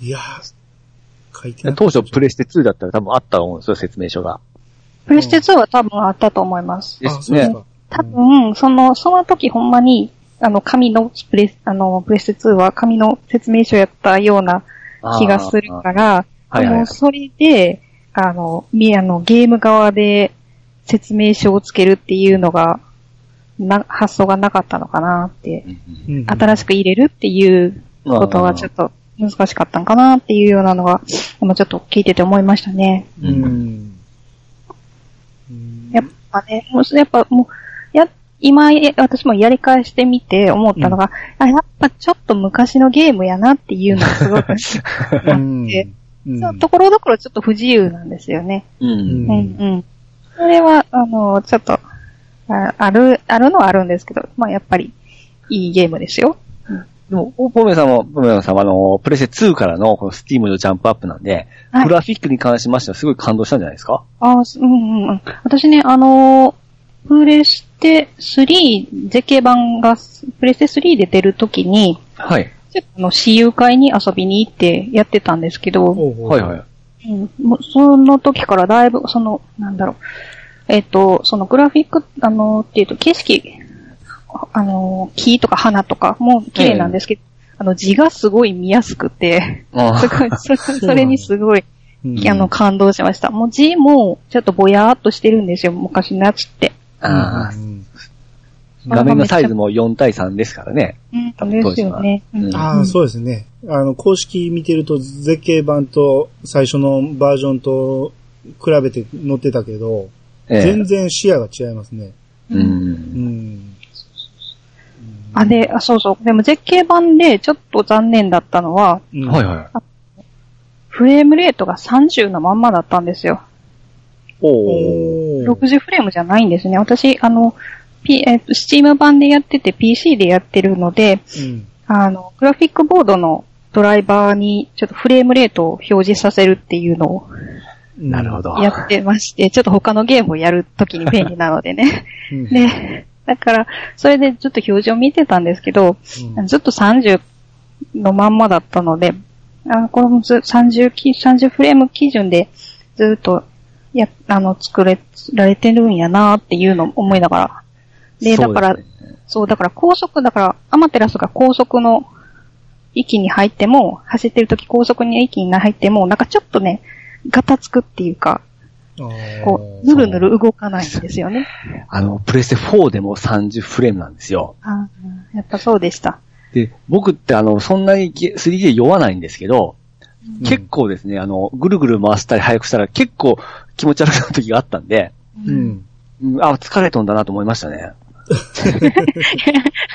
Speaker 1: いやー、書いてなか
Speaker 2: 当
Speaker 1: った
Speaker 2: 初プレステ2だったら多分あったと思うんですよ、説明書が。
Speaker 3: プレステ2は多分あったと思います。
Speaker 2: で
Speaker 1: あ、
Speaker 2: す
Speaker 1: そうで
Speaker 2: ね
Speaker 1: す。か。
Speaker 3: 多分、その、その時ほんまに、あの、紙のプレス、あの、プレステ2は紙の説明書やったような気がする
Speaker 2: あー
Speaker 3: から、
Speaker 2: はいはい
Speaker 3: もうそれで、あの、み、あの、ゲーム側で説明書をつけるっていうのが、な、発想がなかったのかなって
Speaker 2: う。んうん
Speaker 1: うん
Speaker 3: 新しく入れるっていうことはちょっと難しかったんかなっていうようなのが、今ちょっと聞いてて思いましたね。
Speaker 1: うん。うん
Speaker 3: やっぱね、もうやっぱもう、や、今、え私もやり返してみて思ったのが、あ、やっぱちょっと昔のゲームやなっていうのがすご く、
Speaker 1: うん
Speaker 3: て
Speaker 1: うん
Speaker 3: そうところどころちょっと不自由なんですよね。
Speaker 2: うん
Speaker 1: うん
Speaker 3: うんうん。それは、あの、ちょっと、あある、あるのはあるんですけど、まあやっぱり、いいゲームですよ。
Speaker 2: でも、ポメさんも、ポメさんはあの、プレセ2からのこのスティームのジャンプアップなんで、
Speaker 3: はい
Speaker 2: グラフィックに関しましてはすごい感動したんじゃないですか
Speaker 3: ああ、すうんうんうん。私ね、あのープレステ3、ゼケ版が、プレステ3で出るときに、
Speaker 2: はい。
Speaker 3: ちょっとあの、私有会に遊びに行ってやってたんですけど、
Speaker 1: ほうほう
Speaker 2: はいはい。
Speaker 3: うん、もうその時からだいぶ、その、なんだろう、えっ、と、そのグラフィック、あのーっていうと、景色、あのー木とか花とかも綺麗なんですけど、あの、字がすごい見やす くて、
Speaker 2: あ
Speaker 3: すごい、それそれにすごい、
Speaker 1: うん
Speaker 3: あの、感動しました。もう字も、ちょっとぼやーっとしてるんですよ、昔のやつって。
Speaker 2: あ
Speaker 1: う
Speaker 2: ー、
Speaker 1: ん
Speaker 2: 画面のサイズも4対3ですからね。
Speaker 3: うん、ですよね。
Speaker 2: うん
Speaker 3: うん
Speaker 1: ああ、そうですね。あの、公式見てると、絶景版と最初のバージョンと比べて載ってたけど、
Speaker 2: ええ
Speaker 1: 全然視野が違いますね。
Speaker 2: う。
Speaker 1: うんん。
Speaker 3: あ、で、あ、そうそう。でも絶景版でちょっと残念だったのは、
Speaker 1: うん
Speaker 2: はいは
Speaker 3: フレームレートが30のまんまだったんですよ。
Speaker 2: い。お
Speaker 1: お
Speaker 2: ー。
Speaker 1: ー。
Speaker 3: 60フレームじゃないんですね。私、あの、P、えっと、スチーム版でやってて PC でやってるので、
Speaker 1: うん。
Speaker 3: あの、グラフィックボードのドライバーにちょっとフレームレートを表示させるっていうのを
Speaker 2: なるほど。
Speaker 3: やってまして、ちょっと他のゲームをやるときに便利なのでね。
Speaker 1: うん。
Speaker 3: で、だから、それでちょっと表示を見てたんですけど、
Speaker 1: うん
Speaker 3: ずっと30のまんまだったので、あのこれもず30き、30フレーム基準でずっとや、あの、作れ、られてるんやなっていうのを思いながら。で、だから、
Speaker 2: そうですね
Speaker 3: そう、だから高速、だから、アマテラスが高速の域に入っても、走ってる時高速の域に入っても、なんかちょっとね、ガタつくっていうか、こう、ぬるぬる動かないんですよね。
Speaker 2: あの、プレステ4でも30フレームなんですよ。
Speaker 3: あーやっぱそうでした。
Speaker 2: で、僕ってあの、そんなにゲ 3D 酔わないんですけど、結構ですね、あの、ぐるぐる回したり早くしたら結構気持ち悪くなる時があったんで、
Speaker 1: うん。うん。
Speaker 2: うんあ、疲れとんだなと思いましたね。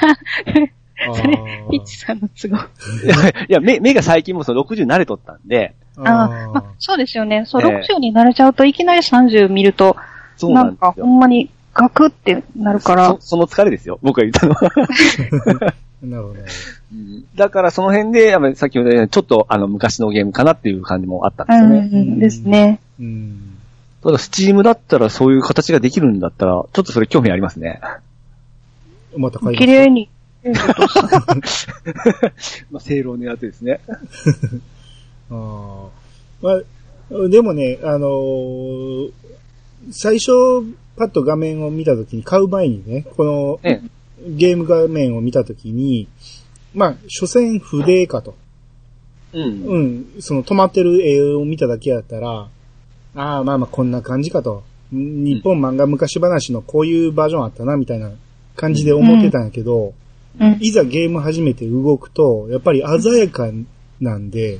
Speaker 1: あ
Speaker 3: それ
Speaker 1: ー、
Speaker 3: ピッチさんの都合。
Speaker 2: いやいや、目、目が最近もその60慣れとったんで、
Speaker 3: ああ
Speaker 1: ー
Speaker 3: まあ、そうですよね。そう、
Speaker 2: ええ
Speaker 3: 60になれちゃうといきなり30見ると、
Speaker 2: そう
Speaker 3: な
Speaker 2: なん
Speaker 3: ん
Speaker 2: で
Speaker 3: か
Speaker 2: す
Speaker 3: ほ
Speaker 2: よ。
Speaker 3: んまにガクってなるから
Speaker 2: そ、その疲れですよ。僕が言ったのは。
Speaker 1: なるほど。
Speaker 2: だからその辺で、やっぱりさっきも言ったように、ちょっとあの昔のゲームかなっていう感じもあったんですよ
Speaker 3: う
Speaker 2: ね。
Speaker 3: ん、ですね。
Speaker 1: うん。
Speaker 2: ただ、スチームだったらそういう形ができるんだったら、ちょっとそれ興味ありますね。
Speaker 1: また買います
Speaker 3: 綺麗に。
Speaker 2: まあ、正論狙ってですね。
Speaker 1: あーまあ、でもね、あのー最初、パッと画面を見たときに、買う前にね、この、
Speaker 2: え
Speaker 1: ゲーム画面を見たときに、まあ、所詮筆かと。
Speaker 2: うん。
Speaker 1: うん、その止まってる絵を見ただけやったら、ああ、まあまあこんな感じかと。ん日本漫画昔話のこういうバージョンあったな、みたいな感じで思ってたんやけど、
Speaker 3: うん。
Speaker 1: いざゲーム始めて動くと、やっぱり鮮やかなんで、
Speaker 2: うん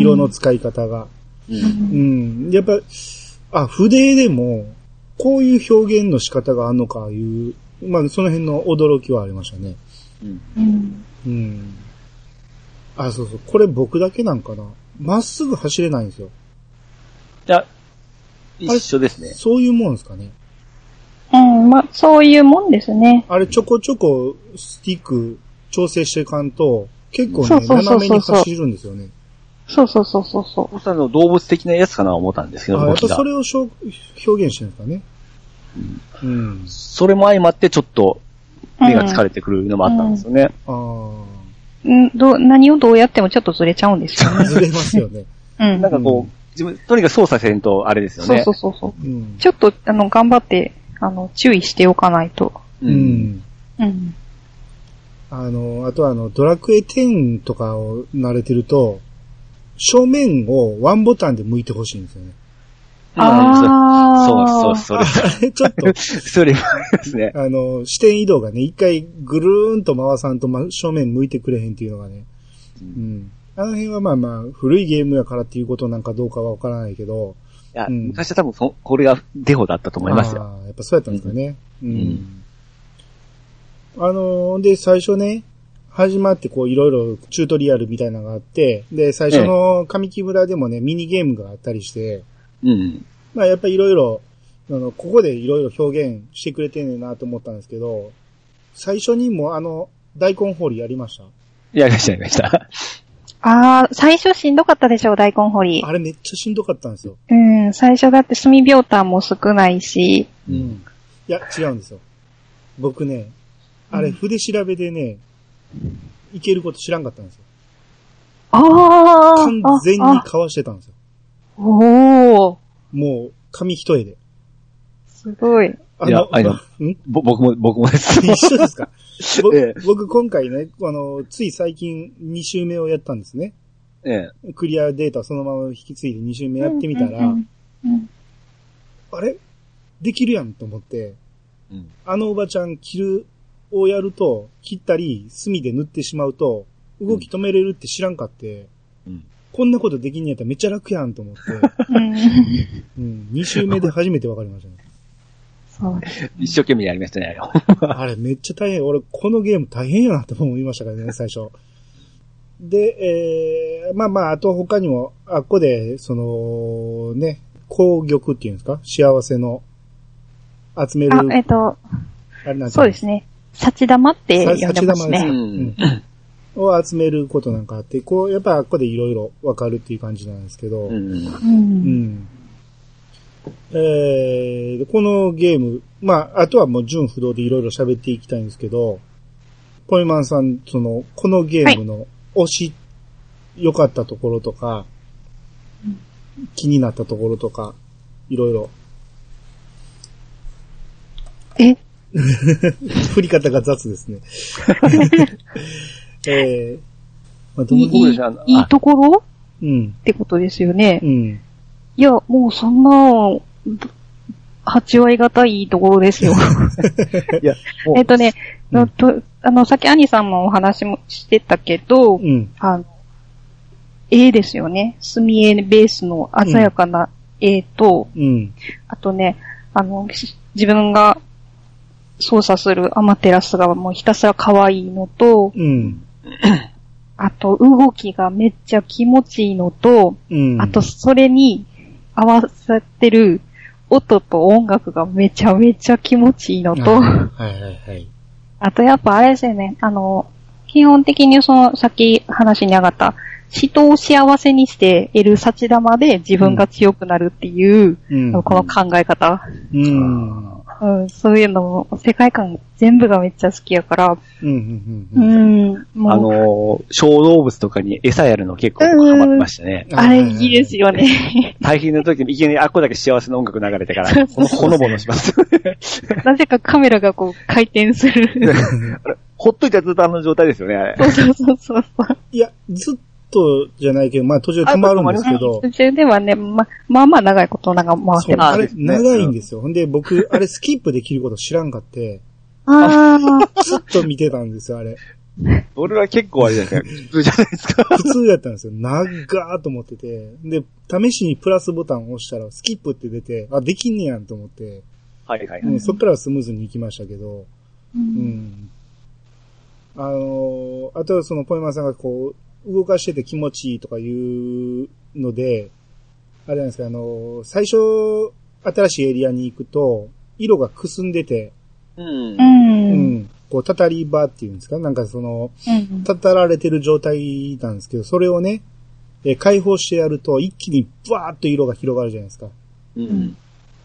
Speaker 1: 色の使い方が。
Speaker 2: う。
Speaker 3: うんん
Speaker 1: うん。やっぱ、あ、筆でも、こういう表現の仕方があるのかいう、まあ、その辺の驚きはありましたね。
Speaker 3: うん。
Speaker 1: うん。あ、そうそう。これ僕だけなんかな。まっすぐ走れないんですよ。
Speaker 2: じゃあ、一緒ですね。
Speaker 1: そういうもんですかね。
Speaker 3: うん、まあ、そういうもんですね。
Speaker 1: あれ、ちょこちょこ、スティック、調整していかんと、結構
Speaker 3: そ
Speaker 1: ね
Speaker 3: う、そうそうそうそう
Speaker 1: 斜めに走るんですよね。
Speaker 3: そうそうそうそうそ
Speaker 2: おさんの動物的なやつかな思ったんですけ
Speaker 1: あ
Speaker 2: ど、
Speaker 1: や
Speaker 2: 動
Speaker 1: っ
Speaker 2: き
Speaker 1: ぱ
Speaker 2: が
Speaker 1: そ。れをしょ表現してるんですかね。うん。
Speaker 2: それも相まってちょっと
Speaker 3: う。
Speaker 2: 目が疲れてくるのもあったんですよね。
Speaker 1: あ
Speaker 3: うん、どう、何をどうやってもちょっとずれちゃうんですよ
Speaker 1: あ、
Speaker 3: ね。
Speaker 1: ずれますよね。
Speaker 3: うん
Speaker 2: なん。かこう、自分、とにかく操作せんとあれですよ
Speaker 3: そう
Speaker 2: ね。
Speaker 3: そうそうそ
Speaker 1: う
Speaker 3: う。
Speaker 1: ん。
Speaker 3: ちょっと、あの、頑張って、あの、注意しておかないと。
Speaker 2: う。
Speaker 1: うんん。
Speaker 3: うん。
Speaker 1: あの、あとはあの、ドラクエ10とかを慣れてると、正面をワンボタンで向いてほしいんですよね。
Speaker 2: あそ
Speaker 3: あ
Speaker 2: うそう、
Speaker 3: う。
Speaker 2: それ、
Speaker 1: あれ、ちょっと、
Speaker 2: それもありますね。
Speaker 1: あの、視点移動がね、一回ぐるーんと回さんと、ま、正面向いてくれへんっていうのがね。
Speaker 2: う
Speaker 1: うんん。あの辺はまあまあ、古いゲームやからっていうことなんかどうかはわからないけど。
Speaker 2: いや、
Speaker 1: うん
Speaker 2: 昔は多分そ、これがデフォだったと思いますよ。
Speaker 1: あーやっぱそうやったんですかね。うん。
Speaker 2: ん
Speaker 1: あのーで、最初ね、始まってこういろいろチュートリアルみたいなのがあって、で、最初の上木村でもね、ミニゲームがあったりして、
Speaker 2: うん。
Speaker 1: まあやっぱりいろいろ、あの、ここでいろいろ表現してくれてんねんなと思ったんですけど、最初にもうあの、大根掘りやりました
Speaker 2: やりました、やりました。
Speaker 3: ああ、最初しんどかったでしょ、大根掘り
Speaker 1: あ。れめっちゃしんどかったんですよ。
Speaker 3: うん、最初だって炭病炭も少ないし。
Speaker 2: うん
Speaker 1: いや、違うんですよ。僕ね、あれ筆調べでね、いけること知らんかったんですよ。
Speaker 3: ああ、
Speaker 1: 完全
Speaker 3: あ
Speaker 1: に
Speaker 3: あ
Speaker 1: かわしてたんですよ。
Speaker 3: おお、
Speaker 1: もう、紙一重で。
Speaker 3: すごい。
Speaker 1: あ
Speaker 2: いやあの
Speaker 1: ん
Speaker 2: ぼ、僕も、僕もです。
Speaker 1: 一緒です か ぼ
Speaker 2: ええ
Speaker 1: 僕今回ね、あの、つい最近2周目をやったんですね。
Speaker 2: ええ。
Speaker 1: クリアデータそのまま引き継いで2周目やってみたら、
Speaker 3: うんうん
Speaker 1: あれできるやんと思って、
Speaker 2: うん。
Speaker 1: あのおばちゃん、切るをやると、切ったり、墨で塗ってしまうと、動き止めれるって知らんかって、
Speaker 2: うん。
Speaker 1: こんなことできんねやったらめっちゃ楽やんと思って、
Speaker 3: うんうん
Speaker 1: うん、2周目で初めて分かりましたね。
Speaker 3: そうです
Speaker 2: 一生懸命やりましたね、あれを。
Speaker 1: あれめっちゃ大変。俺、このゲーム大変やなと思いましたからね、最初。で、えー、まあまあ、あと他にも、あっこで、その、ね、紅玉っていうんですか幸せの、集める、
Speaker 3: あ
Speaker 1: あ、
Speaker 3: えっと、
Speaker 1: れなんていの
Speaker 3: そうですね。幸玉って呼んでます
Speaker 1: 幸玉です
Speaker 2: う
Speaker 3: ね。
Speaker 2: ん。
Speaker 1: を集めることなんかあって、こう、やっぱあっこでいろいろわかるっていう感じなんですけど、
Speaker 2: う
Speaker 1: うん。
Speaker 2: ん。
Speaker 3: うん
Speaker 1: えーでこのゲーム、まあ、あとはもう純不動でいろいろ喋っていきたいんですけど、ポイマンさん、その、このゲームの推し、良かったところとか、気になったところとか、いろいろ、
Speaker 3: え、
Speaker 1: 振り方が雑ですね。えーまあ、ど
Speaker 3: い
Speaker 1: の
Speaker 2: こで
Speaker 3: い
Speaker 2: しょあの、
Speaker 3: いいところ
Speaker 1: うん、
Speaker 3: ってことですよね
Speaker 1: う。ん。
Speaker 3: いや、もうそんな、8割方いいところですよ。
Speaker 2: いや、も
Speaker 3: えっとね、
Speaker 1: うん
Speaker 3: とあの、さっき兄さんもお話もしてたけど、
Speaker 1: うん。
Speaker 3: あの、絵ですよね。墨絵ベースの鮮やかな絵と、
Speaker 1: うん。
Speaker 3: あとね、あの、し自分が操作するアマテラスがもうひたすら可愛いのと、
Speaker 1: うん。
Speaker 3: あと動きがめっちゃ気持ちいいのと、
Speaker 1: うん。
Speaker 3: あと、それに合わせてる音と音楽がめちゃめちゃ気持ちいいのと、
Speaker 1: はいはいはい。
Speaker 3: あとやっぱあれですよね、あの、基本的にその、さっき話に上がった、人を幸せにして得る幸玉で自分が強くなるっていう、
Speaker 1: うん。
Speaker 3: この考え方、
Speaker 1: うん。うん
Speaker 3: うん、そういうのも、世界観全部がめっちゃ好きやから、
Speaker 1: うんうん
Speaker 3: う
Speaker 1: うん。
Speaker 3: ん、もう、
Speaker 2: あの、小動物とかに餌やるの結構ハマってましたね。
Speaker 3: あれいいですよね。
Speaker 2: 大変な時にいきなりあっこだけ幸せな音楽流れてか
Speaker 3: そ
Speaker 2: ら、
Speaker 3: う
Speaker 2: ほのほのぼのします。
Speaker 3: なぜかカメラがこう回転する。
Speaker 2: ほっといたらずっとあの状態ですよね、あれ。
Speaker 3: そうそうそうそうそう。
Speaker 1: いや、ずっとじゃないけど、まあ途中で止まるんですけど、
Speaker 3: 途中ではね、ま、まあまあ長いことなんか回せ
Speaker 1: そう
Speaker 3: る。あ
Speaker 1: あれ長いんですよ。ほんで僕、あれスキップできること知らんかって、
Speaker 3: あ
Speaker 1: ずっと見てたんですよ、あれ。
Speaker 2: 俺は結構あれじゃないですか。普通じゃないですか。
Speaker 1: 普通やったんですよ。長ーと思ってて。で、試しにプラスボタンを押したら、スキップって出て、あ、できんねやんと思って、
Speaker 2: はいはい。
Speaker 1: うんそっからはスムーズに行きましたけど、
Speaker 3: ー。う
Speaker 1: うんん。あのーあとはその、ポエマンさんがこう、動かしてて気持ちいいとかいうので、あれなんですか、あのー最初、新しいエリアに行くと、色がくすんでて、
Speaker 2: うん
Speaker 3: う。。
Speaker 1: うんん。こう、たたり場っていうんですかなんかその、
Speaker 3: うん
Speaker 1: たたられてる状態なんですけど、それをね、えー解放してやると一気にブワーッと色が広がるじゃないですか。
Speaker 2: うん。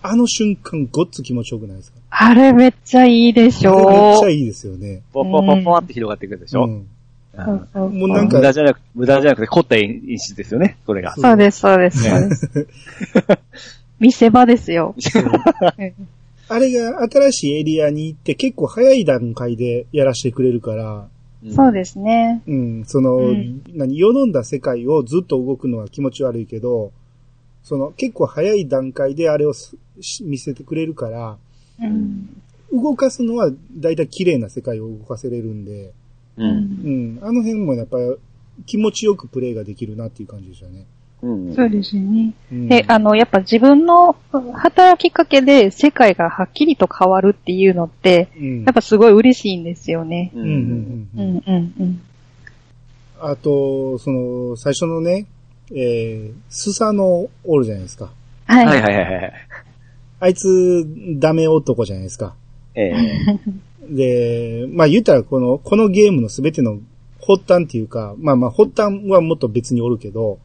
Speaker 1: あの瞬間ごっつ気持ちよくないですか
Speaker 3: あれめっちゃいいでし
Speaker 1: あれめっ
Speaker 3: ょ
Speaker 1: ちゃいいですよね。
Speaker 2: ポワポワポワポワって広がっていくるでしょ。
Speaker 1: ん。
Speaker 2: うん
Speaker 3: そうそう
Speaker 1: もうなんか
Speaker 2: 無駄じゃなく、無駄じゃなくて凝った演出ですよね、これが。
Speaker 3: そうです、そうです、そうです。見せ場ですよ。うん
Speaker 1: あれが新しいエリアに行って結構早い段階でやらせてくれるから、
Speaker 3: そうですね。
Speaker 1: うん、その、
Speaker 3: うん
Speaker 1: 何、よどんだ世界をずっと動くのは気持ち悪いけど、その結構早い段階であれをすし見せてくれるから、
Speaker 3: うん。
Speaker 1: 動かすのはだいたい綺麗な世界を動かせれるんで、
Speaker 2: うん。うん。
Speaker 1: うん。あの辺もやっぱり気持ちよくプレイができるなっていう感じでしたね。
Speaker 2: うん。
Speaker 3: そうですよね。
Speaker 1: うん、
Speaker 3: で、あの、やっぱ自分の働きかけで世界がはっきりと変わるっていうのって、
Speaker 1: うん、
Speaker 3: やっぱすごい嬉しいんですよね。
Speaker 2: う
Speaker 1: うんうん
Speaker 2: ん。
Speaker 1: う
Speaker 3: うん
Speaker 1: うん
Speaker 3: んうんうん。
Speaker 1: あと、その、最初のね、えー、スサノおるじゃないですか。
Speaker 3: はい。
Speaker 2: はいはいはいはい。
Speaker 1: あいつ、ダメ男じゃないですか。
Speaker 2: ええ。
Speaker 1: で、まあ言ったらこの、このゲームの全ての発端っていうか、まあまあ発端はもっと別におるけど、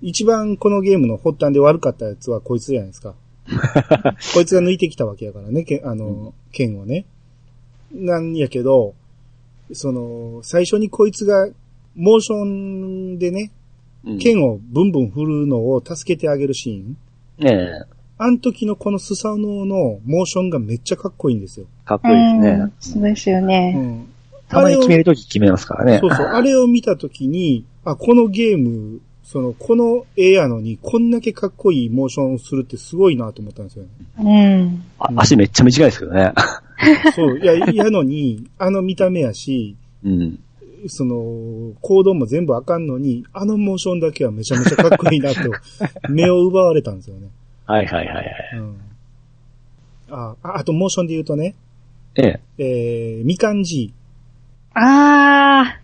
Speaker 1: 一番このゲームの発端で悪かったやつはこいつじゃないです か。こいつが抜いてきたわけやからね、けあの、剣をね。なんやけど、その、最初にこいつが、モーションでね、
Speaker 2: うん
Speaker 1: 剣をブンブン振るのを助けてあげるシーン。
Speaker 2: ええ。
Speaker 1: あの時のこのスサノオのモーションがめっちゃかっこいいんですよ。
Speaker 2: かっこいいですね。
Speaker 3: うんそうですよ
Speaker 1: う
Speaker 3: ね。
Speaker 1: ん。
Speaker 2: たまに決めるとき決めますからね。
Speaker 1: そうそう。あれを見たときに、あ、このゲーム、その、この絵やのに、こんだけかっこいいモーションをするってすごいなと思ったん ですよね。
Speaker 3: うん。
Speaker 2: あ足めっちゃ短いですけどね。
Speaker 1: そう。いや、やのに、あの見た目やし、
Speaker 2: うん。
Speaker 1: その、行動も全部あかんのに、あのモーションだけはめちゃめちゃかっこいいなと、 目を奪われたんですよね。
Speaker 2: はいはいはいはい。
Speaker 1: うん。あ、ああとモーションで言うとね、
Speaker 2: ええ。
Speaker 1: えー、みかんじい。
Speaker 3: あ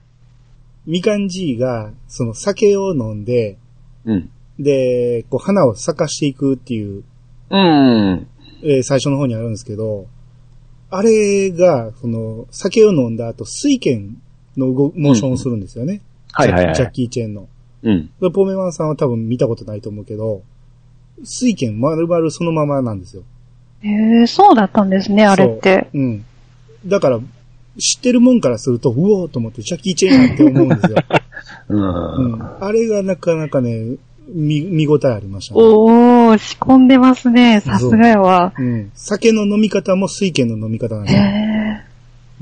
Speaker 1: みかんじいが、その酒を飲んで、
Speaker 2: うん。
Speaker 1: で、こう花を咲かしていくっていう
Speaker 2: うん。
Speaker 1: えー最初の方にあるんですけど、あれが、その、酒を飲んだ後、水拳の動モーションをするんですよね。
Speaker 2: はいはいは
Speaker 1: ジャッキー・ジャ
Speaker 2: い。
Speaker 1: ッキーチェンの。
Speaker 2: うん。
Speaker 1: でポーメマンさんは多分見たことないと思うけど、水拳丸々そのままなんですよ。
Speaker 3: ー。えー、そうだったんですね、あれって。
Speaker 1: うん。だから、知ってるもんからすると、うおーと思って、ジャッキー・チェンやって思うん ですよ。
Speaker 2: う。
Speaker 1: うんん。あれがなかなかね、見、見応えありましたね。
Speaker 3: おー、仕込んでますね。さすがやわ。
Speaker 1: うん。酒の飲み方も水拳の飲み方なんで
Speaker 3: へ
Speaker 1: すよ。
Speaker 3: え。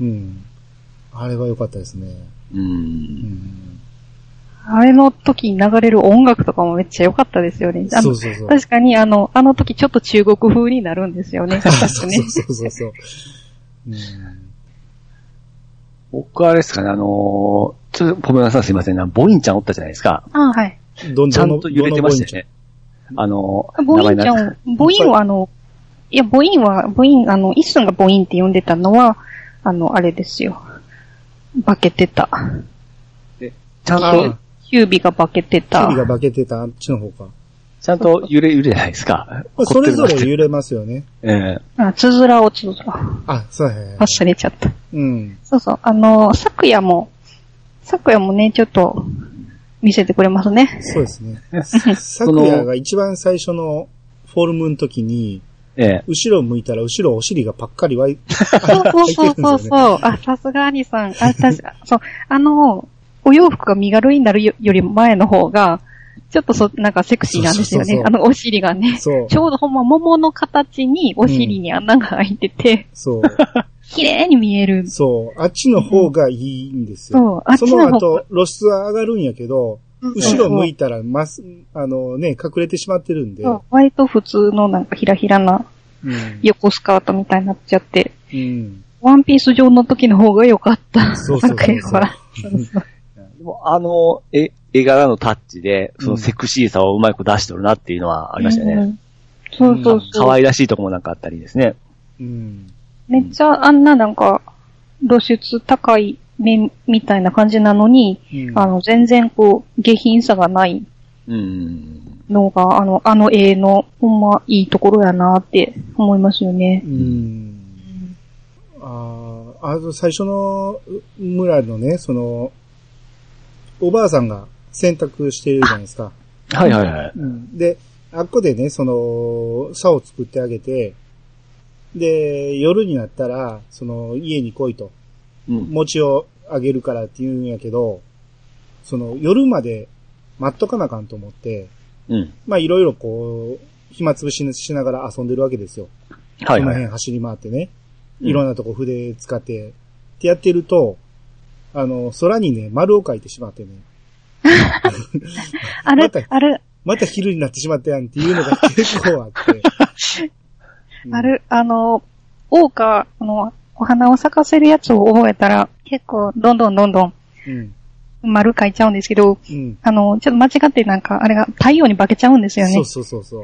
Speaker 1: うん。あれは良かったですね。
Speaker 2: う。
Speaker 1: うんん。
Speaker 3: あれの時に流れる音楽とかもめっちゃ良かったですよね。あ
Speaker 1: そ
Speaker 3: の
Speaker 1: うそうそう。
Speaker 3: 確かに、あの、あの時ちょっと中国風になるんですよ
Speaker 1: あ
Speaker 3: ね。確
Speaker 1: そ
Speaker 3: か
Speaker 1: う
Speaker 3: ね。
Speaker 1: そうそうそう。うん
Speaker 2: 僕はあれですかね、あのー、ちょっとごめんなさい、すいませんな。ボインちゃんおったじゃないですか。
Speaker 3: あはい。
Speaker 1: どん
Speaker 2: ちゃんと揺れてましたよね。あのー、
Speaker 3: ボ
Speaker 2: 名前
Speaker 3: インちゃ
Speaker 2: なん
Speaker 3: ん、ボインはあの、いや、ボインは、ボイン、あの、一寸がボインって呼んでたのは、あの、あれですよ。化けてた。
Speaker 2: ちゃん
Speaker 1: あ
Speaker 2: と
Speaker 1: あ、
Speaker 3: キュービが化けて
Speaker 1: キ
Speaker 3: た
Speaker 1: ビ。が化けてたあっちの方か。
Speaker 2: ちゃんと揺れ、揺れじゃないですか。
Speaker 1: これそれぞれ
Speaker 2: 凝ってる
Speaker 1: 揺れますよね。
Speaker 2: え
Speaker 3: あ、つづらをつづら。
Speaker 1: あ、そうだね。
Speaker 3: 忘れちゃった。
Speaker 1: うん。
Speaker 3: そうそう。あの、昨夜も、昨夜もね、ちょっと、見せてくれますね。
Speaker 1: そうですね。さ昨夜が一番最初のフォルムの時に、
Speaker 2: ええ
Speaker 1: 後ろ向いたら後ろお尻がパッカリ湧い、
Speaker 3: そうそうそうそ
Speaker 1: 入
Speaker 3: う
Speaker 1: ってるんです
Speaker 3: そう。あ、さすが兄さん。あ、確か、そう。あの、お洋服が身軽になるよより前の方が、ちょっとそ、なんかセクシーなんです
Speaker 1: そ
Speaker 3: よ
Speaker 1: うそうそう
Speaker 3: ね
Speaker 1: そ。う
Speaker 3: あの、お尻がね。
Speaker 1: そう
Speaker 3: ち。ょうどほんま桃の形にお尻に穴が開いてて、
Speaker 1: そう。
Speaker 3: 綺麗に見える。
Speaker 1: そう。あっちの方がいいんですよ。
Speaker 3: そう、あっ
Speaker 1: そ
Speaker 3: ち
Speaker 1: の
Speaker 3: の方
Speaker 1: 後、露出は上がるんやけど、後ろ向いたら、ます、あのね、隠れてしまってるんで。
Speaker 3: そう割と普通のなんかひらひらな
Speaker 1: うん。
Speaker 3: 横スカートみたいになっちゃって、
Speaker 1: うん。
Speaker 3: ワンピース状の時の方が良かった。
Speaker 1: そうそうそうそう
Speaker 3: なんかほらそうそう
Speaker 2: でも、あの、え、絵柄のタッチで、そのセクシーさをうまい子出しとるなっていうのはありました
Speaker 3: う
Speaker 2: ね。
Speaker 3: んそうそうそう。
Speaker 2: 可愛らしいとこもなんかあったりですね。
Speaker 1: うん。
Speaker 3: めっちゃあんななんか、露出高い面みたいな感じなのに、
Speaker 1: うん
Speaker 3: あの、全然こう、下品さがない
Speaker 2: うん。
Speaker 3: のが、あの、あの絵の、ほんまいいところやなって思いますよね
Speaker 1: う。ん。ああ、あの、最初の村のね、その、おばあさんが洗濯してるじゃないですか。
Speaker 2: はいはいはい。
Speaker 1: で、あっこでね、その、竿を作ってあげて、で、夜になったら、その、家に来いと、
Speaker 2: うん。
Speaker 1: 餅をあげるからって言うんやけど、その、夜まで待っとかなあかんと思って、
Speaker 2: うん。
Speaker 1: まあ、いろいろこう、暇つぶししながら遊んでるわけですよ。
Speaker 2: はい
Speaker 1: この
Speaker 2: はい。
Speaker 1: 辺走り回ってね。
Speaker 2: うん
Speaker 1: いろんなとこ筆使って、ってやってると、あの、空にね、丸を書いてしまってね、
Speaker 3: あ
Speaker 1: ま
Speaker 3: る
Speaker 1: た、
Speaker 3: ある、
Speaker 1: また昼になってしまったやんっていうのが 結構あって。うん
Speaker 3: ある、あの、桜花のお花を咲かせるやつを覚えたら、結構、どんどんどんどん、
Speaker 1: うん。
Speaker 3: 丸書いちゃうんですけど、
Speaker 1: うん。
Speaker 3: あの、ちょっと間違ってなんか、あれが太陽に化けちゃうんですよね。
Speaker 1: そうそうそう そう。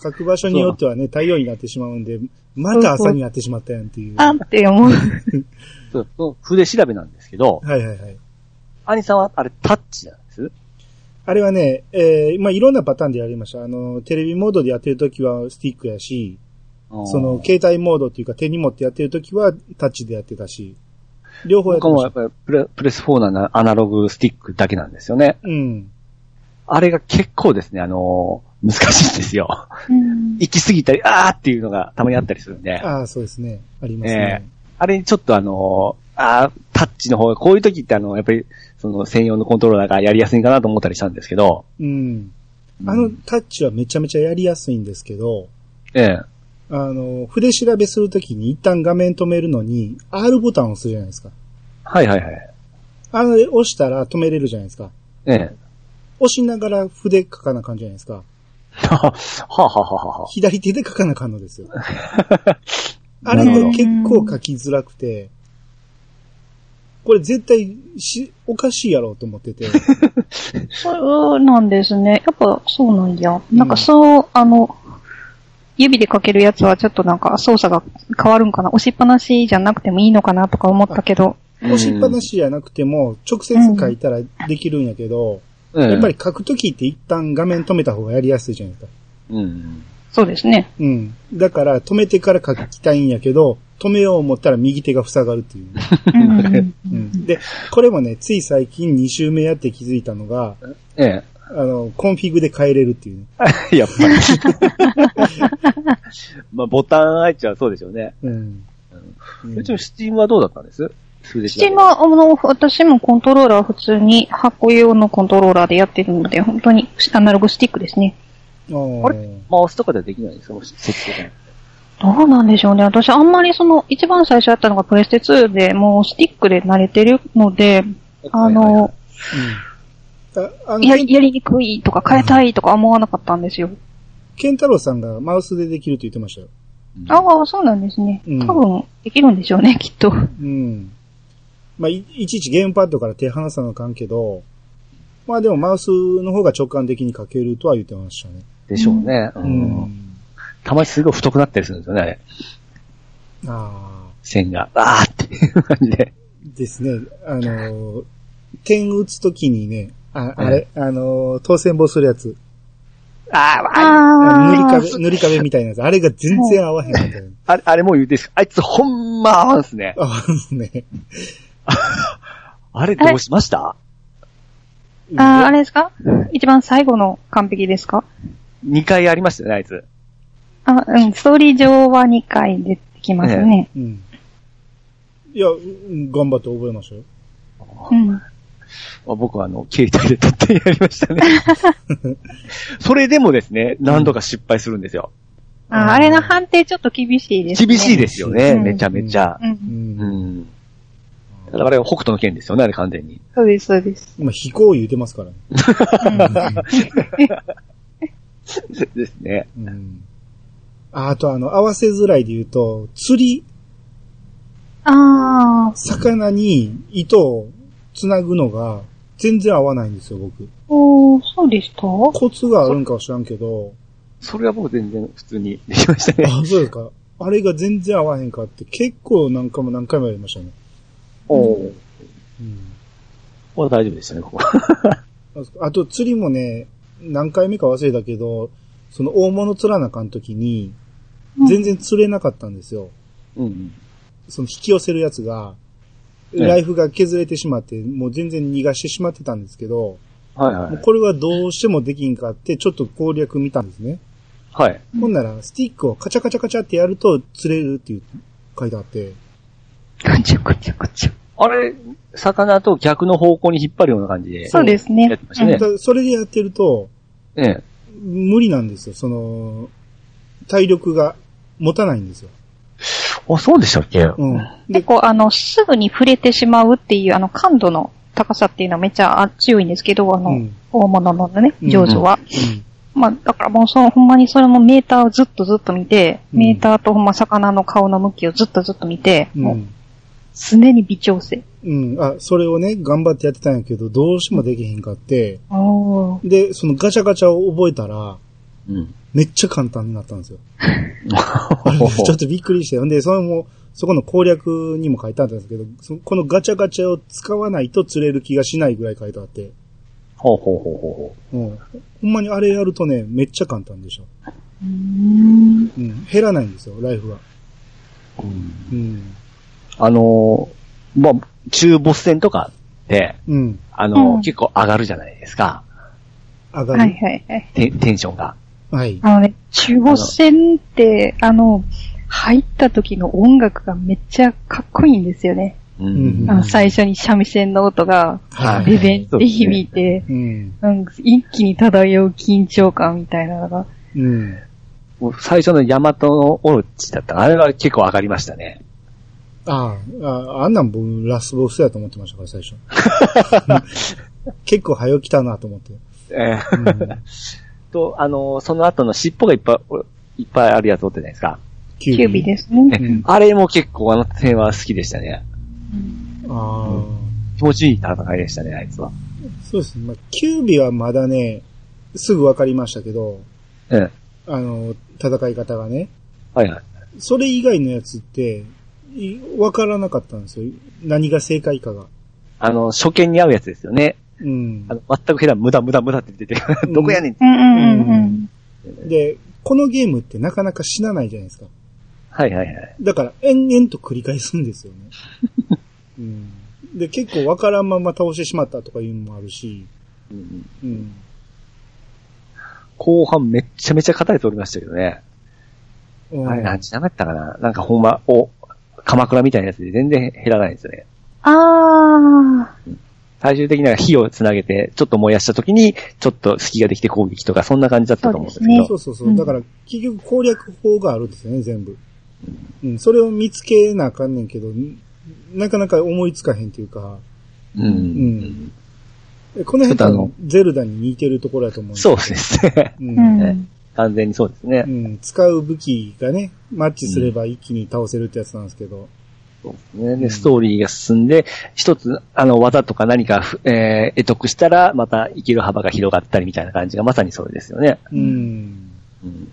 Speaker 1: 書く場所によってはね、太陽になってしまうんで、また朝になってしまったやんっていう。
Speaker 3: あ
Speaker 1: は
Speaker 3: って 思う。
Speaker 2: そうそう筆調べなんですけど
Speaker 1: い、はいはい。
Speaker 2: 兄さんはあれタッチなんです。
Speaker 1: あれはね、えー、まあ、いろんなパターンでやりました。あの、テレビモードでやってるときはスティックやし、その、携帯モードっていうか手に持ってやってるときはタッチでやってたし、両方やって
Speaker 2: 僕
Speaker 1: まし。
Speaker 2: もやったぱりプレプレス4ななアナログスティックだけなんですよね。
Speaker 1: うん。
Speaker 2: あれが結構ですね、あのー難しいんですよ。
Speaker 3: うん
Speaker 2: 行き過ぎたり、あーっていうのがたまにあったりするんで、
Speaker 1: ああ、そうですね。ありますね。
Speaker 2: あれにちょっとあのーあータッチの方が、こういう時ってあの、やっぱり、その専用のコントローラーがやりやすいかなと思ったりしたんですけど、
Speaker 1: うん。あの、タッチはめちゃめちゃやりやすいんですけど、
Speaker 2: ええ、
Speaker 1: あの、筆調べするときに一旦画面止めるのに、R ボタンを押すじゃないですか。
Speaker 2: はいはいはい。
Speaker 1: あの、押したら止めれるじゃないですか。
Speaker 2: ええ。
Speaker 1: 押しながら筆書かなあかんじゃないですか。
Speaker 2: はあはあはあはあ。
Speaker 1: 左手で書かなあかんのです よ。あれ
Speaker 2: なるほ
Speaker 1: が
Speaker 2: ど
Speaker 1: 結構書きづらくて、これ絶対し、おかしいやろうと思って て。
Speaker 3: そうなんですね。やっぱそうなんや。なんかそう、あの、指でかけるやつはちょっとなんか操作が変わるんかな。押しっぱなしじゃなくてもいいのかなとか思ったけど。
Speaker 1: 押しっぱなしじゃなくても、直接書いたらできるんやけど、
Speaker 2: うん、
Speaker 1: やっぱり書くときって一旦画面止めた方がやりやすいじゃないですか。
Speaker 2: うん。
Speaker 3: そうですね。
Speaker 1: うん。だから止めてから書きたいんやけど、止めよう思ったら右手が塞がるっていう。
Speaker 3: うん
Speaker 1: うん、で、これもね、つい最近2周目やって気づいたのが、
Speaker 2: ええ。
Speaker 1: あの、コンフィグで変えれるっていうね。
Speaker 2: やっぱり。 まあ、ボタン愛知はそうでしょうね。
Speaker 1: うん。うん
Speaker 2: うちのスチームはどうだったんですス
Speaker 3: スチームは、あの、私もコントローラー普通に箱用のコントローラーでやってるので、本当にアナログスティックですね。
Speaker 1: あ
Speaker 2: あ
Speaker 1: れ
Speaker 2: れマウスとかではできないんですか設定
Speaker 3: どうなんでしょうね。私あんまりその、一番最初やったのがプレステ2で、もうスティックで慣れてるので、あ
Speaker 1: う
Speaker 3: の、
Speaker 1: ん。ああの
Speaker 3: やり、やりにくいとか変えたいとか思わなかったんですよ。
Speaker 1: ケンタロウさんがマウスでできると言ってましたよ。
Speaker 2: あ
Speaker 3: ああ、そうなんですね
Speaker 1: うん。
Speaker 3: 多分、できるんでしょうね、き っと。
Speaker 1: うん。まあ、いいちいちゲームパッドから手離さなあかんけど、まあでもマウスの方が直感的に書けるとは言ってましたね。
Speaker 2: でしょうね。う
Speaker 1: うんん。
Speaker 2: たまにすごい太くなったりするんですよね、あれ。
Speaker 1: ああ。
Speaker 2: 線が。あーっていう感じで。
Speaker 1: ですね。あのー、点打つときにね、ああれ、あのー、当選棒するやつ。
Speaker 2: あーあ
Speaker 3: ああ。
Speaker 1: 塗り壁、塗り壁みたいなやつ。あれが全然合わへんみたいな。
Speaker 2: あれ、あれもう言うていいですかあいつほんま合わんっすね。
Speaker 1: ああのね。
Speaker 2: あれどうしました
Speaker 3: あーあれですか一番最後の完璧ですか
Speaker 2: ?2 回ありましたよね、あいつ。
Speaker 3: あ、うん、ストーリー上は2回出てきますね。
Speaker 1: うん。いや、うん頑張って覚えましたよ。
Speaker 3: うん。
Speaker 2: 僕はあの、携帯で撮ってやりましたね。 それでもですね、何度か失敗するんですよ。
Speaker 3: あーあれの判定ちょっと厳しいですね。
Speaker 2: 厳しいですよね、
Speaker 3: うん
Speaker 2: めちゃめちゃ。
Speaker 3: う。
Speaker 1: うんん。
Speaker 2: うん。だからあれは北斗の剣ですよね、あれ完全に。
Speaker 3: そうです、そうです。
Speaker 1: 今、飛行言うてますからね。
Speaker 2: ですね。
Speaker 1: うん。ああと、あの、合わせづらいで言うと、釣り、
Speaker 3: ああ、
Speaker 1: 魚に糸を繋ぐのが、全然合わないんですよ、僕。
Speaker 3: おーそうでした
Speaker 1: コツがあるんかは知らんけど、
Speaker 2: それは僕全然普通にできましたね。
Speaker 1: あ、そうですか。あれが全然合わへんかって、結構何回も何回もやりましたね。
Speaker 2: おお。
Speaker 1: うん。
Speaker 2: これは大丈夫でしたね、 ここ。
Speaker 1: あと、釣りもね、何回目か忘れたけど、その大物釣らなあかん時に、
Speaker 3: うん
Speaker 1: 全然釣れなかったんですよ。
Speaker 2: うん。
Speaker 1: その引き寄せるやつが、
Speaker 2: ええ
Speaker 1: ライフが削れてしまって、もう全然逃がしてしまってたんですけど、
Speaker 2: はいは
Speaker 1: もう
Speaker 2: い。
Speaker 1: これはどうしてもできんかって、ちょっと攻略見たんですね。
Speaker 2: はい。
Speaker 3: うん
Speaker 1: ほんなら、スティックをカチャカチャカチャってやると釣れるっていう書いてあって、
Speaker 3: こちゃこちゃこちゃ。
Speaker 2: あれ、魚と逆の方向に引っ張るような感じで。
Speaker 3: そうですね
Speaker 2: やってましたね
Speaker 1: た。だそれでやってると、
Speaker 2: ええ。
Speaker 1: 無理なんですよ。その、体力が持たないんですよ。
Speaker 2: あ、そうでしたっけ
Speaker 1: うん。
Speaker 3: 結構、あの、すぐに触れてしまうっていう、あの、感度の高さっていうのはめっちゃ強いんですけど、あの、
Speaker 1: うん
Speaker 3: 大物のね、
Speaker 1: うん
Speaker 3: 上手は。
Speaker 1: うん
Speaker 3: まあ、だからもうその、ほんまにそれもメーターをずっとずっと見て、
Speaker 1: うん
Speaker 3: メーターとほんま魚の顔の向きをずっとずっと見て、
Speaker 1: う。
Speaker 3: もうん常に微調整。
Speaker 1: うん。あ、それをね、頑張ってやってたんやけど、どうしてもできへんかって、
Speaker 3: おー
Speaker 1: で、そのガチャガチャを覚えたら、
Speaker 2: うん。
Speaker 1: めっちゃ簡単になったんですよ。ちょっとびっくりして。ほんで、それも、そこの攻略にも書いてあったんですけど、そこのガチャガチャを使わないと釣れる気がしないぐらい書いてあって。
Speaker 2: ほうほうほうほうほ
Speaker 1: うん。ほんまにあれやるとね、めっちゃ簡単でしょ。
Speaker 3: うーん。
Speaker 1: うん。減らないんですよ、ライフが。
Speaker 2: う。うん
Speaker 1: うん。
Speaker 2: あのー、まあ、中ボス戦とかって、
Speaker 1: うん。
Speaker 2: あのー
Speaker 3: うん
Speaker 2: 結構上がるじゃないですか。
Speaker 1: 上が
Speaker 3: はい
Speaker 1: る。
Speaker 3: はいはい。
Speaker 2: テンテンションが。
Speaker 1: はい。
Speaker 3: あのね、中国戦って、あの、入った時の音楽がめっちゃかっこいいんですよね。
Speaker 2: う
Speaker 1: うん
Speaker 3: あの最初に三味線の音が、
Speaker 2: はい
Speaker 3: レベンで響いて、
Speaker 1: うん。
Speaker 3: うん一気に漂う緊張感みたいなのが。
Speaker 1: うん。
Speaker 2: もう最初のヤマトのオロチだったらあれは結構上がりましたね。
Speaker 1: ああ、ああんなん僕、ラスボスやと思ってましたから、最初。 結構早起きたなと思って。
Speaker 2: え え
Speaker 1: うん、
Speaker 2: と、あのーその後の尻尾がいっぱいお、いっぱいあるやつおってないですか。
Speaker 1: キ。
Speaker 3: キュービーですすね。
Speaker 1: うん
Speaker 2: あれも結構あの点は好きでしたね。
Speaker 1: ああ、
Speaker 2: 気持ちいい戦いでしたね、あいつは。
Speaker 1: そうですね。まあ、キュービーはまだね、すぐわかりましたけど、
Speaker 2: ええ。
Speaker 1: あの、戦い方がね。
Speaker 2: はいはい。
Speaker 1: それ以外のやつって、いわからなかったんですよ。何が正解かが。
Speaker 2: あの、初見に合うやつですよね。
Speaker 1: うん
Speaker 2: あ。の、全く下手、無駄無駄無駄って出て
Speaker 1: う
Speaker 2: る。
Speaker 1: ん
Speaker 2: どこやねんって。
Speaker 3: うんうんうんうん。
Speaker 1: で、このゲームってなかなか死なないじゃないですか。
Speaker 2: はいはいはい。
Speaker 1: だから、延々と繰り返すんですよね。 うん、で、結構わからんまま倒してしまったとかいうのもあるし、
Speaker 2: うんうん
Speaker 1: うん、
Speaker 2: 後半めっちゃめちゃ硬い通りましたけどね。
Speaker 1: うん
Speaker 2: あれ何時なかったかななんかほんま、お、鎌倉みたいなやつで全然減らないんですよね。
Speaker 3: あ
Speaker 2: 最終的には火をつなげて、ちょっと燃やした時に、ちょっと隙ができて攻撃とか、そんな感じだったと思うんですけど。
Speaker 1: そうそうそうう。
Speaker 3: ん
Speaker 1: だから、結局攻略法があるんですよね、全部。うん、それを見つけなあかんねんけど、なかなか思いつかへんというか、
Speaker 2: うん
Speaker 1: んこの辺
Speaker 2: ちょっとあ
Speaker 1: と
Speaker 2: の
Speaker 1: ゼルダに似てるところだと思うん
Speaker 2: そううですね。
Speaker 1: う
Speaker 3: あ。
Speaker 1: ん
Speaker 3: う。ん。
Speaker 2: 完全にそうですね
Speaker 1: う。ん、使う武器がね、マッチすれば一気に倒せるってやつなんですけど。
Speaker 2: そうですね。で、ストーリーが進んで、一つ、あの、技とか何かふ、えー、得得したら、また生きる幅が広がったりみたいな感じが、まさにそれですよね。
Speaker 1: うん。
Speaker 2: うん。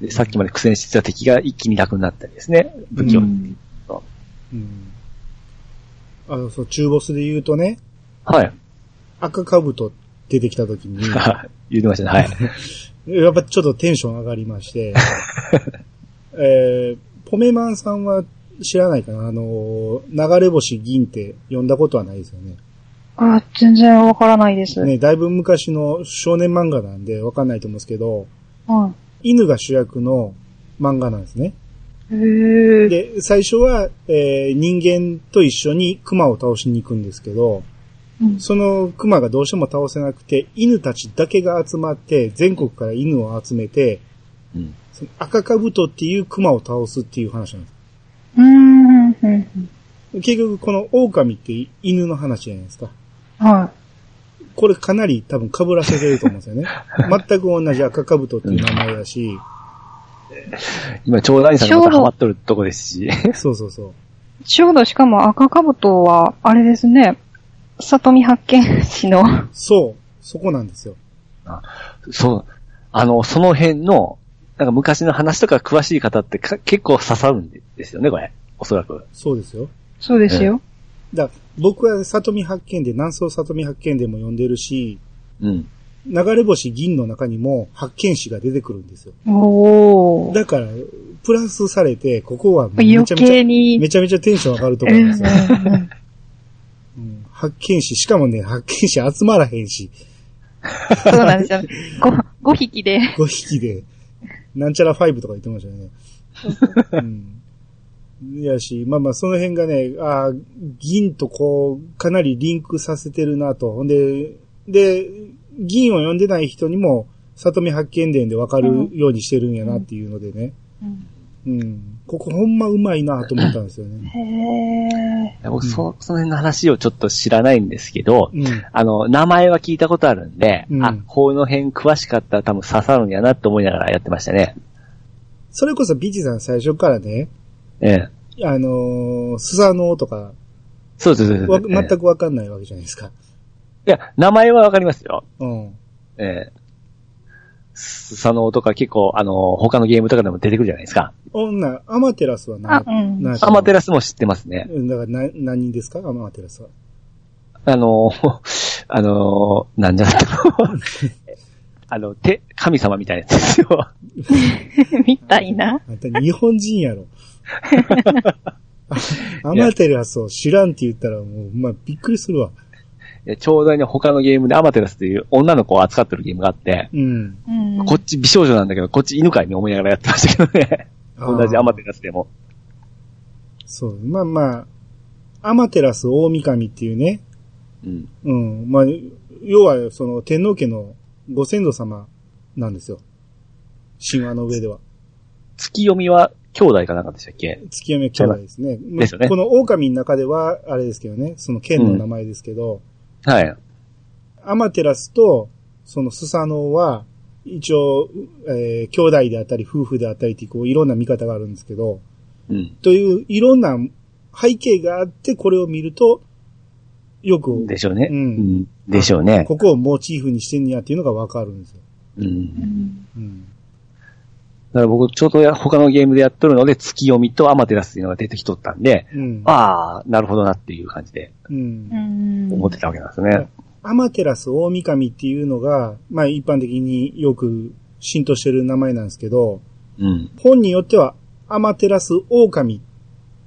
Speaker 2: で、さっきまで苦戦してた敵が一気に楽になったりですね。武器を。
Speaker 3: うん
Speaker 1: うん。あの、そう、中ボスで言うとね、
Speaker 2: はい。
Speaker 1: 赤兜出てきた時に、
Speaker 2: 言ってましたね。はい。
Speaker 1: やっぱちょっとテンション上がりまして、えー、ポメマンさんは知らないかなあのー、流れ星銀って呼んだことはないですよね。
Speaker 3: あー全然わからないです。
Speaker 1: ね、だいぶ昔の少年漫画なんでわかんないと思うんですけど、
Speaker 3: うん。
Speaker 1: 犬が主役の漫画なんですね。
Speaker 3: へえ。
Speaker 1: で、最初は、えー人間と一緒に熊を倒しに行くんですけど、
Speaker 3: うん
Speaker 1: その熊がどうしても倒せなくて、犬たちだけが集まって、全国から犬を集めて、
Speaker 2: うん
Speaker 1: その赤カブトっていう熊を倒すっていう話なんです。
Speaker 3: うーん、うん、うん。
Speaker 1: 結局この狼って犬の話じゃないですか。
Speaker 3: は
Speaker 1: これかなり多分被らせてると思うんですよね。全く同じ赤カブトっていう名前だし、
Speaker 2: 今、長大さんのことハマっとるとこですし。
Speaker 1: そうそうそう。
Speaker 3: い。ちょうどしかも赤かぶとは、あれですね、里見発見士の、
Speaker 1: そう、そこなんですよ。
Speaker 2: そう。あの、その辺の、なんか昔の話とか詳しい方ってか結構刺さるんですよね、これ。おそらく。
Speaker 1: そうですよ。
Speaker 3: そうですよ。
Speaker 1: だ僕は里見発見で、南宋里見発見でも呼んでるし、
Speaker 2: うん。
Speaker 1: 流れ星銀の中にも発見士が出てくるんですよ。
Speaker 3: おー。
Speaker 1: だから、プラスされて、ここはめちゃ
Speaker 3: 余
Speaker 1: めちゃ、
Speaker 3: 計
Speaker 1: め
Speaker 3: に、
Speaker 1: ちゃめちゃテンション上がると
Speaker 3: う
Speaker 1: 思うん
Speaker 3: ん
Speaker 1: ですよ。
Speaker 3: うん
Speaker 1: うん発見士、しかもね、発見士集まらへんし、
Speaker 3: そうなん ですよ。ご、5匹で。
Speaker 1: 5匹で、なんちゃら5とか言ってましたよね。うんいやし、まあまあ、その辺がね、あー銀とこう、かなりリンクさせてるなと。ほんで、で、銀を読んでない人にも、里見発見伝でわかるようにしてるんやなっていうのでね。うん。ここほんまうまいなと思ったんですよね。
Speaker 3: へえ。
Speaker 2: 僕、そ、その辺の話をちょっと知らないんですけど、
Speaker 1: うん。
Speaker 2: あの、名前は聞いたことあるんで、
Speaker 1: うん
Speaker 2: あ、この辺詳しかったら多分刺さるんやなって思いながらやってましたね。
Speaker 1: それこそビチさん最初からね、
Speaker 2: ええ。
Speaker 1: あのースサノオとか、
Speaker 2: そうそうそうそう
Speaker 1: わ
Speaker 2: ええ
Speaker 1: 全くわかんないわけじゃないですか。
Speaker 2: いや、名前はわかりますよ。
Speaker 1: うん。
Speaker 2: ええ。スサノオとか結構、あの、他のゲームとかでも出てくるじゃないですか。
Speaker 1: 女、アマテラスはな
Speaker 3: あ、うん。
Speaker 1: な
Speaker 2: アマテラスも知ってますね。
Speaker 1: うんだからな、何人ですかアマテラスは。
Speaker 2: あの、 あの、なんじゃった のあの、て、神様みたいなやつですよ。
Speaker 3: みたいな。
Speaker 1: あんた日本人や ろ。あアマテラスを知らんって言ったらもう、まあ、びっくりするわ。
Speaker 2: いやちょうどね、他のゲームでアマテラスという女の子を扱ってるゲームがあって、
Speaker 1: うん。
Speaker 3: うん。
Speaker 2: こっち美少女なんだけど、こっち犬飼いに思いながらやってましたけどね。同じアマテ
Speaker 1: ラ
Speaker 2: ラスでも。
Speaker 1: ス。そう。まあまあ、アマテラス大神っていうね、
Speaker 2: うん。
Speaker 1: うん。まあ、要はその天皇家のご先祖様なんですよ。神話の上では。
Speaker 2: 月読みは兄弟かなんかでしたっけ
Speaker 1: 月読み兄弟ですね。
Speaker 2: ですよね
Speaker 1: この狼の中では、あれですけどね、その剣の名前ですけど、
Speaker 2: はい。
Speaker 1: アマテラスと、そのスサノオは、一応、えー兄弟であったり、夫婦であったりっていう、こう、いろんな見方があるんですけど、
Speaker 2: うん。
Speaker 1: という、いろんな背景があって、これを見ると、よく、
Speaker 2: でしょうね。
Speaker 1: うん
Speaker 2: うん。でしょうね。
Speaker 1: ここをモチーフにしてんやっていうのがわかるんですよ。
Speaker 2: うん
Speaker 3: う。ん
Speaker 1: うん。
Speaker 2: だから僕、ちょうどや他のゲームでやっとるので、月読みとアマテラスっていうのが出てきとったんで、
Speaker 1: うん。
Speaker 2: ああ、なるほどなっていう感じで
Speaker 1: うん
Speaker 3: う。ん。
Speaker 2: 思ってたわけなんですね。
Speaker 1: アマテラス大神っていうのが、まあ一般的によく浸透してる名前なんですけど、
Speaker 2: うん。
Speaker 1: 本によっては、アマテラスオオカミ、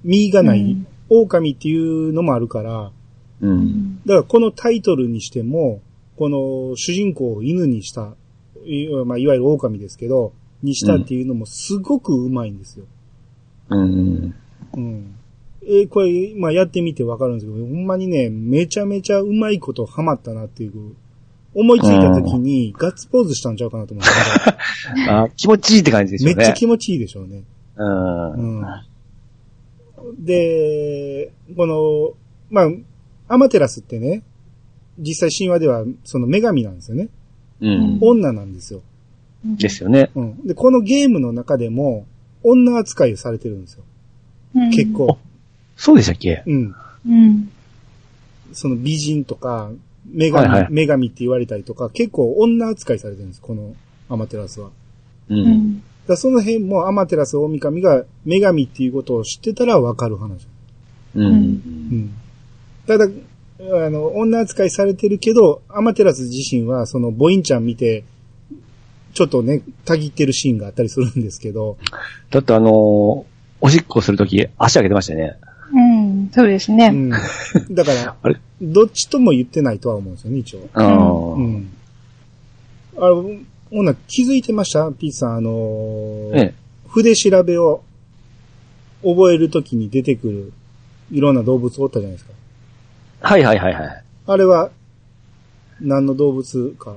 Speaker 1: ミがない、
Speaker 3: うん
Speaker 1: オオカミっていうのもあるから、
Speaker 2: う。
Speaker 3: うんん。
Speaker 1: だからこのタイトルにしても、この主人公を犬にした、いまあ、いわゆる狼ですけど、にしたっていうのもすごくうまいんですよ。
Speaker 2: うん。
Speaker 1: うん。えーこれ、まあ、やってみてわかるんですけど、ほんまにね、めちゃめちゃうまいことハマったなっていう、思いついた時にガッツポーズしたんちゃうかなと思って、
Speaker 2: あー気持ちいいって感じでし
Speaker 1: め
Speaker 2: ょ
Speaker 1: っ
Speaker 2: うね。
Speaker 1: ちゃ気持ちいいでしょうね。
Speaker 2: うん。
Speaker 1: うんで、この、まあ、アマテラスってね、実際神話ではその女神なんですよね。
Speaker 2: うん。
Speaker 1: 女なんですよ。
Speaker 2: ですよね。
Speaker 1: うん。で、このゲームの中でも、女扱いをされてるんですよ。
Speaker 3: うん
Speaker 1: 結。構。
Speaker 2: そうでしたっけ
Speaker 1: うん。
Speaker 3: うん。
Speaker 1: その美人とか、女神、
Speaker 2: はいはい
Speaker 1: 女神って言われたりとか、結構女扱いされてるんです、このアマテラスは。だか
Speaker 2: う。
Speaker 3: うんん。
Speaker 1: らその辺もアマテラス大神が女神っていうことを知ってたらわかる話。
Speaker 2: う。
Speaker 3: うん
Speaker 1: うん。ただ、あの、女扱いされてるけど、アマテラス自身は、その、ボインちゃん見て、ちょっとね、たぎってるシーンがあったりするんですけど、
Speaker 2: だってあのーおしっこするとき足上げてましたよね。
Speaker 3: うん、そうです
Speaker 1: う
Speaker 3: ね。
Speaker 1: ん。だから
Speaker 2: あれ、
Speaker 1: どっちとも言ってないとは思うんですよね、一応。
Speaker 2: う。
Speaker 1: うんん。あれ、女気づいてましたピーチさん、あのー
Speaker 2: ええ。
Speaker 1: 筆調べを覚えるときに出てくる、いろんな動物おったじゃないですか。
Speaker 2: はいはいはいはい。
Speaker 1: あれは、何の動物か。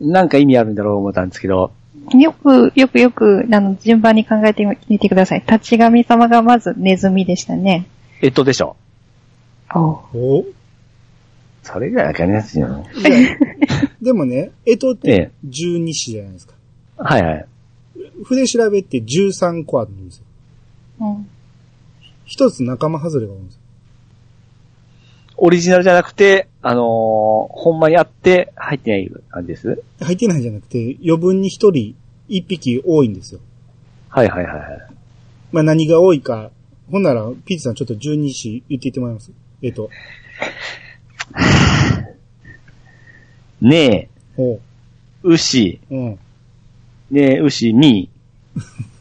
Speaker 2: なんか意味あるんだろう思ったんですけど、
Speaker 3: よく、よくよく、あの、順番に考えてみてください。立ち神様がまずネズミでしたね。
Speaker 2: えっとでしょ。
Speaker 3: おう
Speaker 1: お
Speaker 2: それぐらいわかりますよ。
Speaker 1: いや でもね、えとっ
Speaker 2: え
Speaker 1: て
Speaker 2: え
Speaker 1: 12子じゃないですか。
Speaker 2: はいはい。
Speaker 1: 筆調べって13個あるんですよ。
Speaker 3: うん。
Speaker 1: 一つ仲間外れが多いんですよ。
Speaker 2: オリジナルじゃなくて、あのーほんまにあって入ってない感じです。
Speaker 1: 入ってないんじゃなくて、余分に一人、一匹多いんですよ。
Speaker 2: はいはいはいはい。
Speaker 1: まあ何が多いか。ほんなら、ピーチさんちょっと12子言っていってもらいます。えっと、
Speaker 2: ね
Speaker 1: おう、
Speaker 2: え、牛、
Speaker 1: うん。
Speaker 2: ねえ、牛、 み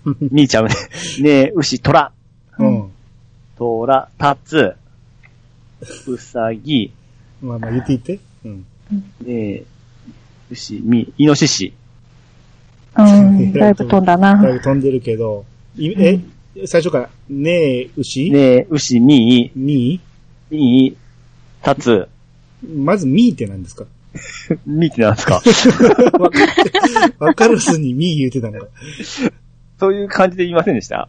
Speaker 2: ー、みーちゃんね。ねえ、牛、トラ、
Speaker 1: うん。
Speaker 2: トラ、タツ、うさぎ、
Speaker 1: まあまあ言っていって。うん。
Speaker 2: ねえ、牛、み、イノシシ。
Speaker 3: うん、だいぶ飛んだな
Speaker 1: だ。いぶ飛んでるけど、いえ、最初から、ねえ、牛、
Speaker 2: ねえ、牛、み
Speaker 1: み
Speaker 2: ー、みー、タツ、
Speaker 1: ーまずみーって何ですか
Speaker 2: みーってなんです か
Speaker 1: わかってわからずにみー言ってたのか。
Speaker 2: そういう感じで言いませんでした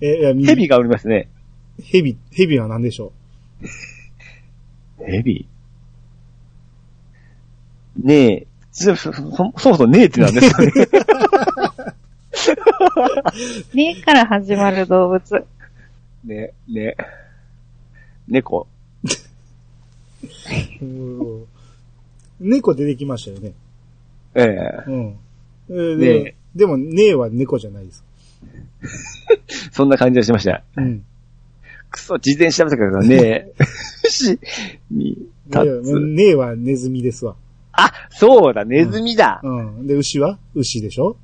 Speaker 1: え、いや、みー
Speaker 2: ヘビがおりますね。
Speaker 1: ヘビ、ヘビは何でしょ
Speaker 2: ヘビねえ。そ、そ、そそもそもねえってなんですかね。
Speaker 3: ねから始まる動物。
Speaker 2: ね、ね。猫。
Speaker 1: ううん猫出てきましたよね。
Speaker 2: ええ
Speaker 1: うん。え
Speaker 2: ね
Speaker 1: ーでも、でもねえは猫じゃないです。
Speaker 2: そんな感じがしました。
Speaker 1: うん。
Speaker 2: くそ、事前調べたか らねえ。し、み、た
Speaker 1: ねえは
Speaker 2: つ。
Speaker 1: ねえはネズミですわ。
Speaker 2: あ、そうだ、ネズミだ。
Speaker 1: うん。で、牛は牛でしょ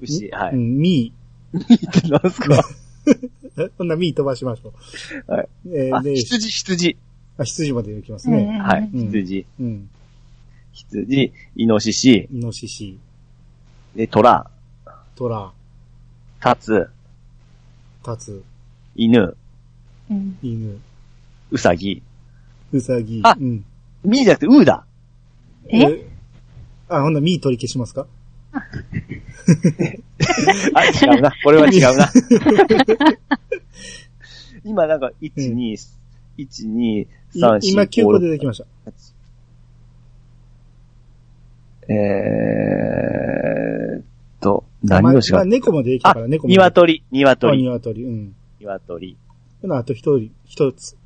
Speaker 2: 牛、は
Speaker 1: う
Speaker 2: い。
Speaker 1: ん、 ミ
Speaker 2: ミーってなんで すか
Speaker 1: ー。えこんなミー飛ばしましょう。
Speaker 2: はい。
Speaker 1: え
Speaker 2: あ
Speaker 1: ー、で、
Speaker 2: 羊、羊。
Speaker 1: あ羊まで行きます
Speaker 3: うん
Speaker 1: ね。
Speaker 2: はい、
Speaker 1: うん
Speaker 2: 羊。
Speaker 1: うん。
Speaker 2: 羊、イノシシ、
Speaker 1: イノシシ、
Speaker 2: で、トラ、
Speaker 1: トラ、
Speaker 2: タツ、
Speaker 1: タツ、
Speaker 2: 犬、
Speaker 3: うん
Speaker 1: 犬、
Speaker 2: ウサギ。
Speaker 1: ウサギ。
Speaker 2: あ
Speaker 1: うん。
Speaker 2: ミーじゃなくて、ウーだ。
Speaker 3: え
Speaker 1: あ、ほんならミー取り消しますか
Speaker 2: あ、違うな。これは違うな。今なんか、1、2、1、2、
Speaker 1: い
Speaker 2: 3、4、
Speaker 1: 今9個
Speaker 2: 5、
Speaker 1: 出てきました。
Speaker 2: 6えーっと、何をし
Speaker 1: ま
Speaker 2: か
Speaker 1: あ、。猫も出てきた
Speaker 2: あ
Speaker 1: から、猫、も出てきた。
Speaker 2: 鶏、鶏、
Speaker 1: あ鶏。うん。
Speaker 2: 鶏。
Speaker 1: ほなあと一人、一つ。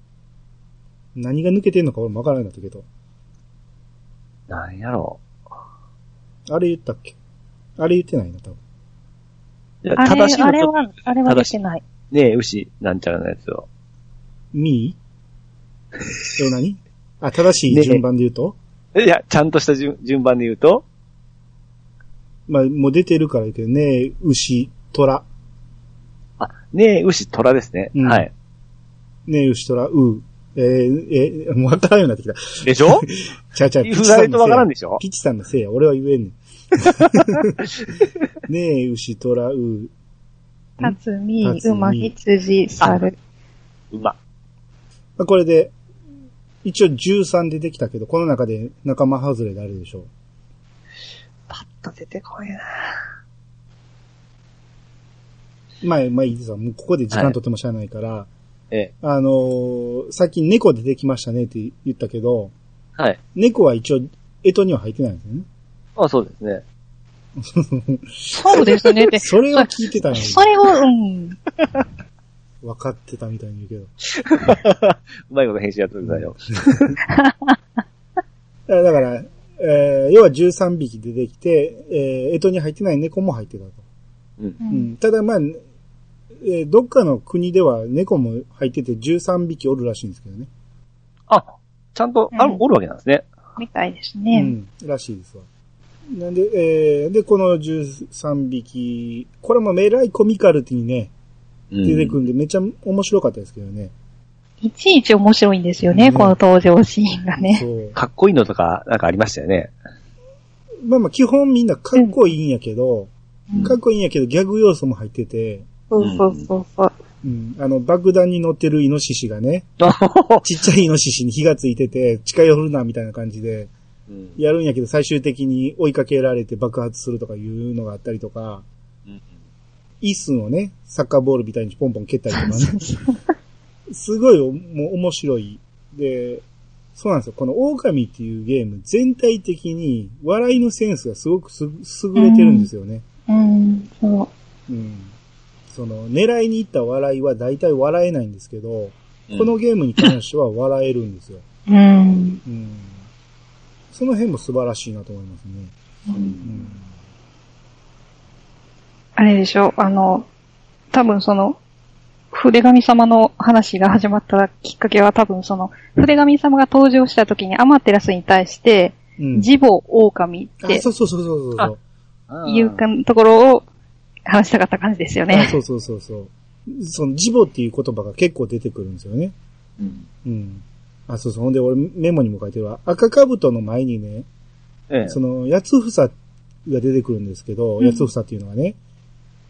Speaker 1: 何が抜けてんのか俺もわからないんだけど。
Speaker 2: 何やろ
Speaker 1: あれ言ったっけあれ言ってないな、多分。
Speaker 2: う。いや
Speaker 3: あれ、
Speaker 2: 正しい
Speaker 3: あれ
Speaker 2: のと、
Speaker 3: は、あれはできない。
Speaker 2: ねえ、牛、なんちゃらのやつを。
Speaker 1: ミ ーえ、何あ、正しい順番で言うと、
Speaker 2: いや、ちゃんとした順順番で言うと、
Speaker 1: まあ、もう出てるから言うけどね、牛、虎、
Speaker 2: あ、ねえ、牛、虎ですね。
Speaker 1: うん
Speaker 2: はい。
Speaker 1: ね、牛、虎、う、えーえーもうわからんようになってきた。
Speaker 2: でしょ
Speaker 1: ちゃうちゃう、
Speaker 2: 言われるとわからんで
Speaker 1: し
Speaker 2: しょ
Speaker 1: ピチさんのせいや、俺は言えんねん。 ねえ、牛、虎、う、
Speaker 3: タツミ
Speaker 1: タツ、ミ
Speaker 3: 馬、羊、猿。
Speaker 2: 馬。
Speaker 1: まあ、これで、一応13でできたけど、この中で仲間外れ誰でしょう
Speaker 2: パッと出てこいな。
Speaker 1: まあ、まあいいですわ。もうここで時間とってもしゃあないから、
Speaker 2: ええ。
Speaker 1: あのー、さっき猫出てきましたねって言ったけど、
Speaker 2: はい。
Speaker 1: 猫は一応、干支には入ってないんですよね。
Speaker 2: あ、そうですね。
Speaker 3: そうですね。で、
Speaker 1: それを聞いてたのに、
Speaker 3: それを、うん。
Speaker 1: 分かってたみたいに言う
Speaker 2: うまいこと編集やってくださいよ。
Speaker 1: けど。だから、えー要は13匹出てきて、えー、干支に入ってない猫も入ってたと。
Speaker 2: うん
Speaker 3: う。
Speaker 1: うんん、ただまあ、えーどっかの国では猫も入ってて13匹おるらしいんですけどね。
Speaker 2: あ、ちゃんと、あ
Speaker 3: うん
Speaker 2: おるわけなんですね。
Speaker 3: みたいです
Speaker 1: う
Speaker 3: ね。
Speaker 1: ん、らしいですわ。なんで、えー、で、この13匹、これもえらいコミカルティにね、
Speaker 2: うん
Speaker 1: 出てくるんで、めっちゃ面白かったですけどね。
Speaker 3: いちいち面白いんですよね、
Speaker 1: ね
Speaker 3: この登場シーンがね。
Speaker 1: そう。
Speaker 2: かっこいいのとか、なんかありましたよね。
Speaker 1: まあまあ、基本みんなかっこいいんやけど、
Speaker 2: うん
Speaker 1: かっこいいんやけど、ギャグ要素も入ってて、
Speaker 3: そうそうそうそう。
Speaker 1: うん、あの、爆弾に乗ってるイノシシがね、ちっちゃいイノシシに火がついてて、近寄るな、みたいな感じで、
Speaker 2: うん
Speaker 1: やるんやけど、最終的に追いかけられて爆発するとかいうのがあったりとか、椅子のね、サッカーボールみたいにポンポン蹴ったりとか ね。すごいおもう面白い。で、そうなんですよ。この狼っていうゲーム全体的に笑いのセンスがすごくす優れてるんですよね。
Speaker 3: うん、そう。
Speaker 1: うん。その、狙いに行った笑いは大体笑えないんですけど、この、ゲームに関しては笑えるんですよ。
Speaker 3: うん。
Speaker 1: うん。その辺も素晴らしいなと思いますね。うん。
Speaker 3: あれでしょ、あの、多分その、筆神様の話が始まったきっかけは多分その、筆神様が登場した時にアマテラスに対して、
Speaker 1: うん。
Speaker 3: ジボ狼っ
Speaker 1: あ、
Speaker 3: て
Speaker 1: そうそうそうそうそうそう。
Speaker 3: いうかところを話したかった感じですよ
Speaker 1: あ
Speaker 3: ね。
Speaker 1: そうそうそうそう。その、ジボっていう言葉が結構出てくるんですよね。
Speaker 2: うん。
Speaker 1: うん。あ、そうそう。ほんで、俺、メモにも書いてるわ。赤兜の前にね、
Speaker 2: ええ
Speaker 1: その、八つ房が出てくるんですけど、
Speaker 3: うん
Speaker 1: 八つ房っていうのはね、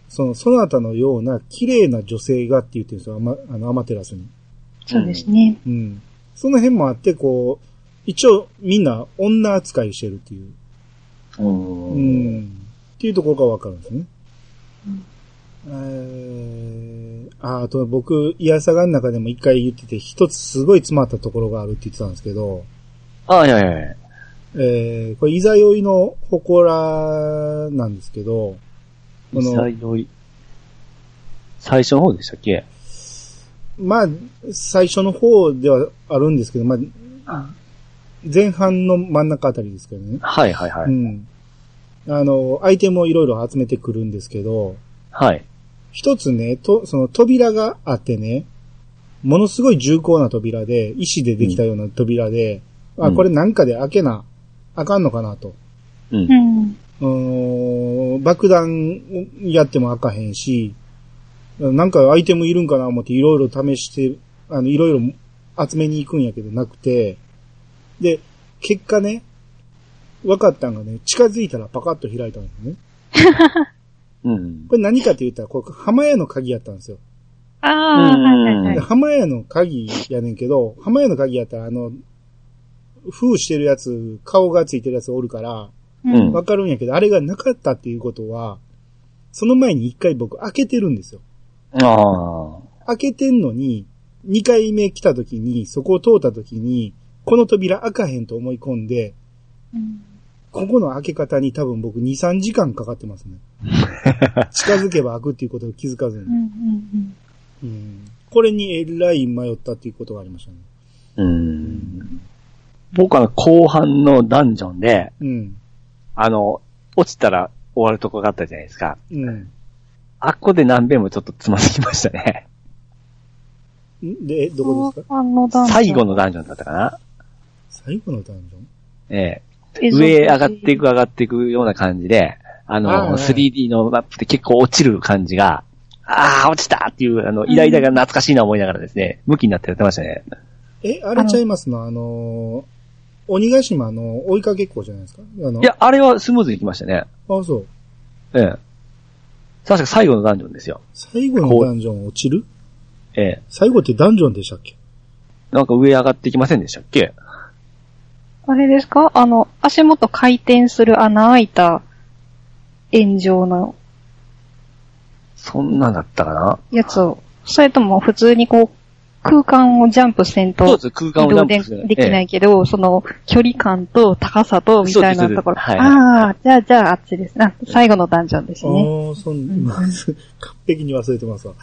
Speaker 1: その、そなたのような綺麗な女性がって言ってるんですよ。アマあの、アマテラスに。
Speaker 3: そうですね。
Speaker 1: うん。その辺もあって、こう、一応、みんな女扱いしてるっていう。
Speaker 2: うん
Speaker 1: うん。っていうところがわかるんですね。
Speaker 3: うん
Speaker 1: えー、ああと僕、イヤサガの中でも一回言ってて、一つすごい詰まったところがあるって言ってたんですけど、
Speaker 2: ああ、いやいやいや。
Speaker 1: えー、これ、イザヨイの祠なんですけど、この、
Speaker 2: 最初最初の方でしたっけ
Speaker 1: まあ、最初の方ではあるんですけど、まあ、前半の真ん中あたりですけどね。
Speaker 2: はいはいは
Speaker 1: う
Speaker 2: い。
Speaker 1: ん。あの、アイテムをいろいろ集めてくるんですけど、
Speaker 2: はい。
Speaker 1: 一つね、と、その扉があってね、ものすごい重厚な扉で、石でできたような扉で、あ、
Speaker 2: うん
Speaker 1: これなんかで開けな、あかんのかなと。
Speaker 2: う。
Speaker 3: うんん。
Speaker 1: うーん爆弾やっても開かへんし、なんかアイテムいるんかな思っていろいろ試して、あの、いろいろ集めに行くんやけどなくて、で、結果ね、分かったんがね、近づいたらパカッと開いたんですね。
Speaker 2: うん。
Speaker 1: これ何かって言ったら、これ浜屋の鍵やったんですよ。
Speaker 3: ああ、
Speaker 2: うん
Speaker 3: はいはいは
Speaker 1: で
Speaker 3: い。
Speaker 1: 浜屋の鍵やねんけど、浜屋の鍵やったら、あの、封してるやつ、顔がついてるやつおるから、
Speaker 2: うん
Speaker 1: わかるんやけど、あれがなかったっていうことは、その前に一回僕開けてるんですよ。
Speaker 2: あ
Speaker 1: 開けてんのに、二回目来た時に、そこを通った時に、この扉開かへんと思い込んで、
Speaker 3: うん
Speaker 1: ここの開け方に多分僕2、3時間かかってます ね。近づけば開くっていうことを気づかず
Speaker 3: うんう
Speaker 1: に。
Speaker 3: ん
Speaker 1: うん、これにえらい迷ったっていうことがありましたね。
Speaker 2: あ。うん。僕は後半のダンジョンで、
Speaker 1: うん。
Speaker 2: あの、落ちたら終わるとこがあったじゃないですか。
Speaker 1: うん。
Speaker 2: あっこで何遍もちょっとつまずきましたね。
Speaker 1: んで、え
Speaker 3: う
Speaker 1: ど
Speaker 3: ん。
Speaker 1: こですか
Speaker 3: あの男女
Speaker 2: 最後のダンジョンだったかな
Speaker 1: 最後のダンジョン
Speaker 2: ええ。上上がっていく。上がっていくような感じで、
Speaker 1: あ
Speaker 2: あ
Speaker 1: あ
Speaker 2: の、3D のマップで結構落ちる感じが、ああ、落ちたっていう、あの、イライラが懐かしいな思いながらですね、向きになってやってましたね。
Speaker 1: え、あれちゃいますのあのー、鬼ヶ島の追いかけっこじゃないですかあの、
Speaker 2: いや、あれはスムーズにいきましたね。
Speaker 1: あ、そう。
Speaker 2: ええ。確か最後のダンジョンですよ。
Speaker 1: 最後のダンジョン落ちる
Speaker 2: ええ。
Speaker 1: 最後ってダンジョンでしたっけ
Speaker 2: なんか上上がってきませんでしたっけ
Speaker 3: あれですかあの、足元回転する穴開いた炎上の
Speaker 2: そんなんだったかな
Speaker 3: やつを、それとも普通にこう、空間をジャンプせん
Speaker 2: そう
Speaker 3: と
Speaker 2: です、空間
Speaker 3: 移
Speaker 2: をジャ
Speaker 3: 動
Speaker 2: ン
Speaker 3: で
Speaker 2: プする
Speaker 3: できな
Speaker 2: え
Speaker 3: いけど、その距離感と高さとみたいなところ。
Speaker 2: そうですそうですはい
Speaker 3: ああ、じゃあじゃああっちですね。あ最後のダンジョンです
Speaker 1: ああ
Speaker 3: ね。
Speaker 1: ー、そんな、 完璧に忘れてますわ。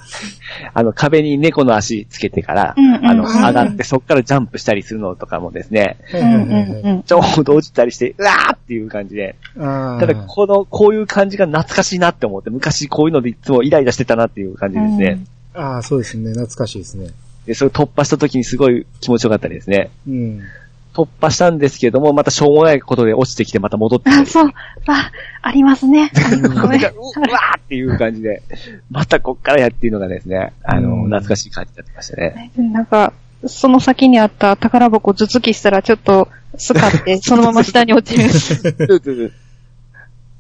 Speaker 2: えあの、壁に猫の足つけてから、
Speaker 3: うんうんうん
Speaker 2: あの、上がってそっからジャンプしたりするのとかもですね、
Speaker 1: は
Speaker 3: う
Speaker 1: い
Speaker 3: ん
Speaker 1: は
Speaker 3: う
Speaker 1: いはい
Speaker 3: んう
Speaker 1: はい。
Speaker 3: ん。
Speaker 2: ちょうど落ちたりして、うわーっていう感じで、
Speaker 1: ああ。
Speaker 2: ただ、この、こういう感じが懐かしいなって思って、昔こういうのでいつもイライラしてたなっていう感じですね。
Speaker 1: ああ、そうですね。懐かしいですね。
Speaker 2: で、それ突破した時にすごい気持ちよかったりですね。
Speaker 1: うん。
Speaker 2: 突破したんですけども、またしょうもないことで落ちてきてまた戻ってき
Speaker 3: あ、
Speaker 2: て、
Speaker 3: そう。あ、ありますね。ごめん
Speaker 2: なん かううわーっていう感じで、またこっからやっていうのがですね、あの、
Speaker 1: うん
Speaker 2: 懐かしい感じになってましたね。
Speaker 3: なんか、その先にあった宝箱頭突きしたらちょっと、す かって、そのまま下に落ちる。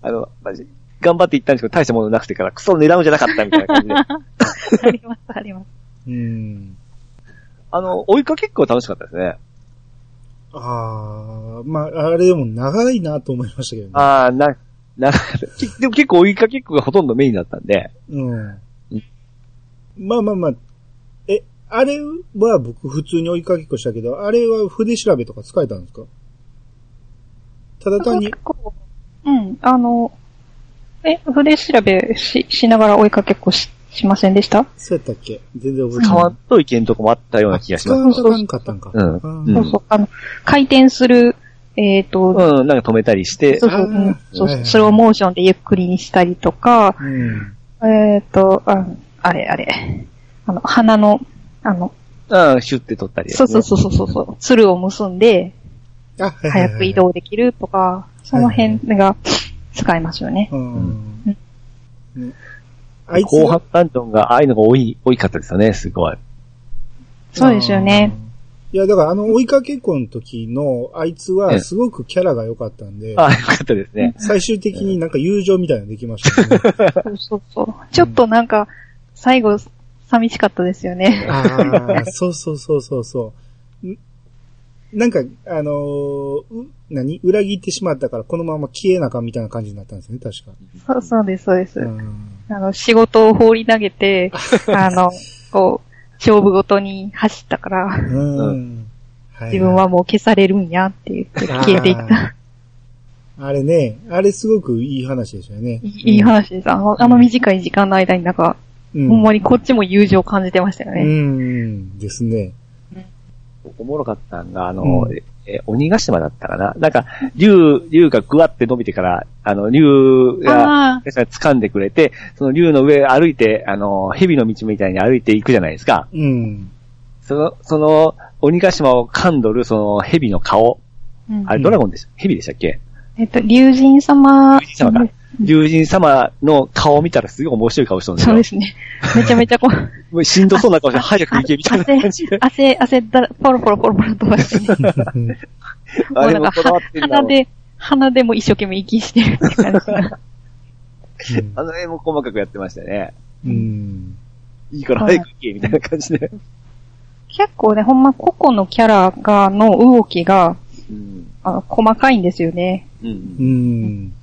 Speaker 2: あの、まじ頑張っていったんですけど、大したものなくてから、クソ狙うんじゃなかったみたいな感じで。
Speaker 3: あります、あります。
Speaker 1: うん。
Speaker 2: あの、追いかけっこ楽しかったですね。
Speaker 1: ああ、まあ、あれでも長いなと思いましたけどね。
Speaker 2: ああ、な、な、 でも結構追いかけっこがほとんどメインだったんで、
Speaker 1: うん。まあまあまあ、え、あれは僕普通に追いかけっこしたけど、あれは筆調べとか使えたんですかただ単に
Speaker 3: 結、構うん、あの、え、筆調べし、しながら追いかけっこし、しませんでした
Speaker 1: そうやったっけ全然覚えてない。
Speaker 2: 川と池のとこもあったような気がし
Speaker 1: 使
Speaker 2: ます。
Speaker 1: わなかったんか。
Speaker 2: うん
Speaker 1: あー
Speaker 2: うん
Speaker 3: そうそう、あの、回転する、えっ、と、
Speaker 2: うん、なんか止めたりして
Speaker 3: そ、うそう、う
Speaker 1: あ
Speaker 3: ん
Speaker 1: ー
Speaker 3: そう
Speaker 1: はいはい
Speaker 3: それをモーションでゆっくりにしたりとか、
Speaker 1: うん。
Speaker 3: えっ、と、ああれあれ、あの、鼻の、あの、
Speaker 2: うん、シュッて取ったり、
Speaker 3: そうそうそうそうそうそう、つるを結んで、
Speaker 1: あ、はいはいはい
Speaker 3: 早く移動できるとか、その辺が使えますよね。
Speaker 1: うん。ねあいつ
Speaker 2: 後半ダンジョンがああいうのが多い、多いかったですよね、すごい。
Speaker 3: そうですよね。。
Speaker 1: いや、だからあの追いかけっこの時のあいつはすごくキャラが良かったんで、
Speaker 2: ああ、よかったですね。
Speaker 1: 最終的になんか友情みたいなのできましたね。
Speaker 3: そうそうそう。ちょっとなんか、最後、寂しかったですよね。
Speaker 1: ああ、そうそうそうそうそう。んなんか、あのーう何裏切ってしまったからこのまま消えなあかんみたいな感じになったんですね、確か。
Speaker 3: そうそうです、そうです。
Speaker 1: うん
Speaker 3: あの、仕事を放り投げて、あの、こう、勝負ごとに走ったから、
Speaker 1: うん。はい
Speaker 3: 自分はもう消されるんやって言って消えていっ
Speaker 1: あ
Speaker 3: た。
Speaker 1: ーあれね、あれすごくいい話でしたよね。
Speaker 3: いいいい話です。あの、あの短い時間の間になんか、
Speaker 1: うん。
Speaker 3: ほんまにこっちも友情を感じてましたよ
Speaker 1: う
Speaker 3: ね。
Speaker 1: ん、ですね。
Speaker 2: おもろかったんが、あの、
Speaker 1: うん
Speaker 2: え、鬼ヶ島だったかななんか、竜、竜がぐわって伸びてから、あの、竜が、
Speaker 3: ああ、
Speaker 2: 掴んでくれて、その竜の上歩いて、あの、蛇の道みたいに歩いていくじゃないですか。
Speaker 1: うん。
Speaker 2: その、その、鬼ヶ島を噛んどる、その、蛇の顔。
Speaker 3: うん
Speaker 2: あれ、ドラゴンでした蛇でしたっけ
Speaker 3: えっと、竜神様。
Speaker 2: 竜神様か竜神様の顔を見たらすごい面白い顔してるんです
Speaker 3: そう
Speaker 2: よ
Speaker 3: で。すね。めちゃめちゃこう、
Speaker 2: もうしんどそうな顔して、早く行けみたいな感 じで。
Speaker 3: 汗、汗だら、ポロポロポロポロ飛ばして、も
Speaker 2: あ
Speaker 3: う
Speaker 2: れ
Speaker 3: なん
Speaker 2: も
Speaker 3: か
Speaker 2: こだわ
Speaker 3: は
Speaker 2: ってんだ
Speaker 3: 鼻
Speaker 2: ろう。
Speaker 3: で、鼻でも一生懸命息してるって感じな。
Speaker 2: あの辺も細かくやってましたね。
Speaker 1: うん。
Speaker 2: いいから早く行けみたいな感じで。
Speaker 3: 結構ね、ほんま個々のキャラが、の動きが、
Speaker 2: うん。
Speaker 3: あの細かいんですよね。
Speaker 2: うん
Speaker 1: うん。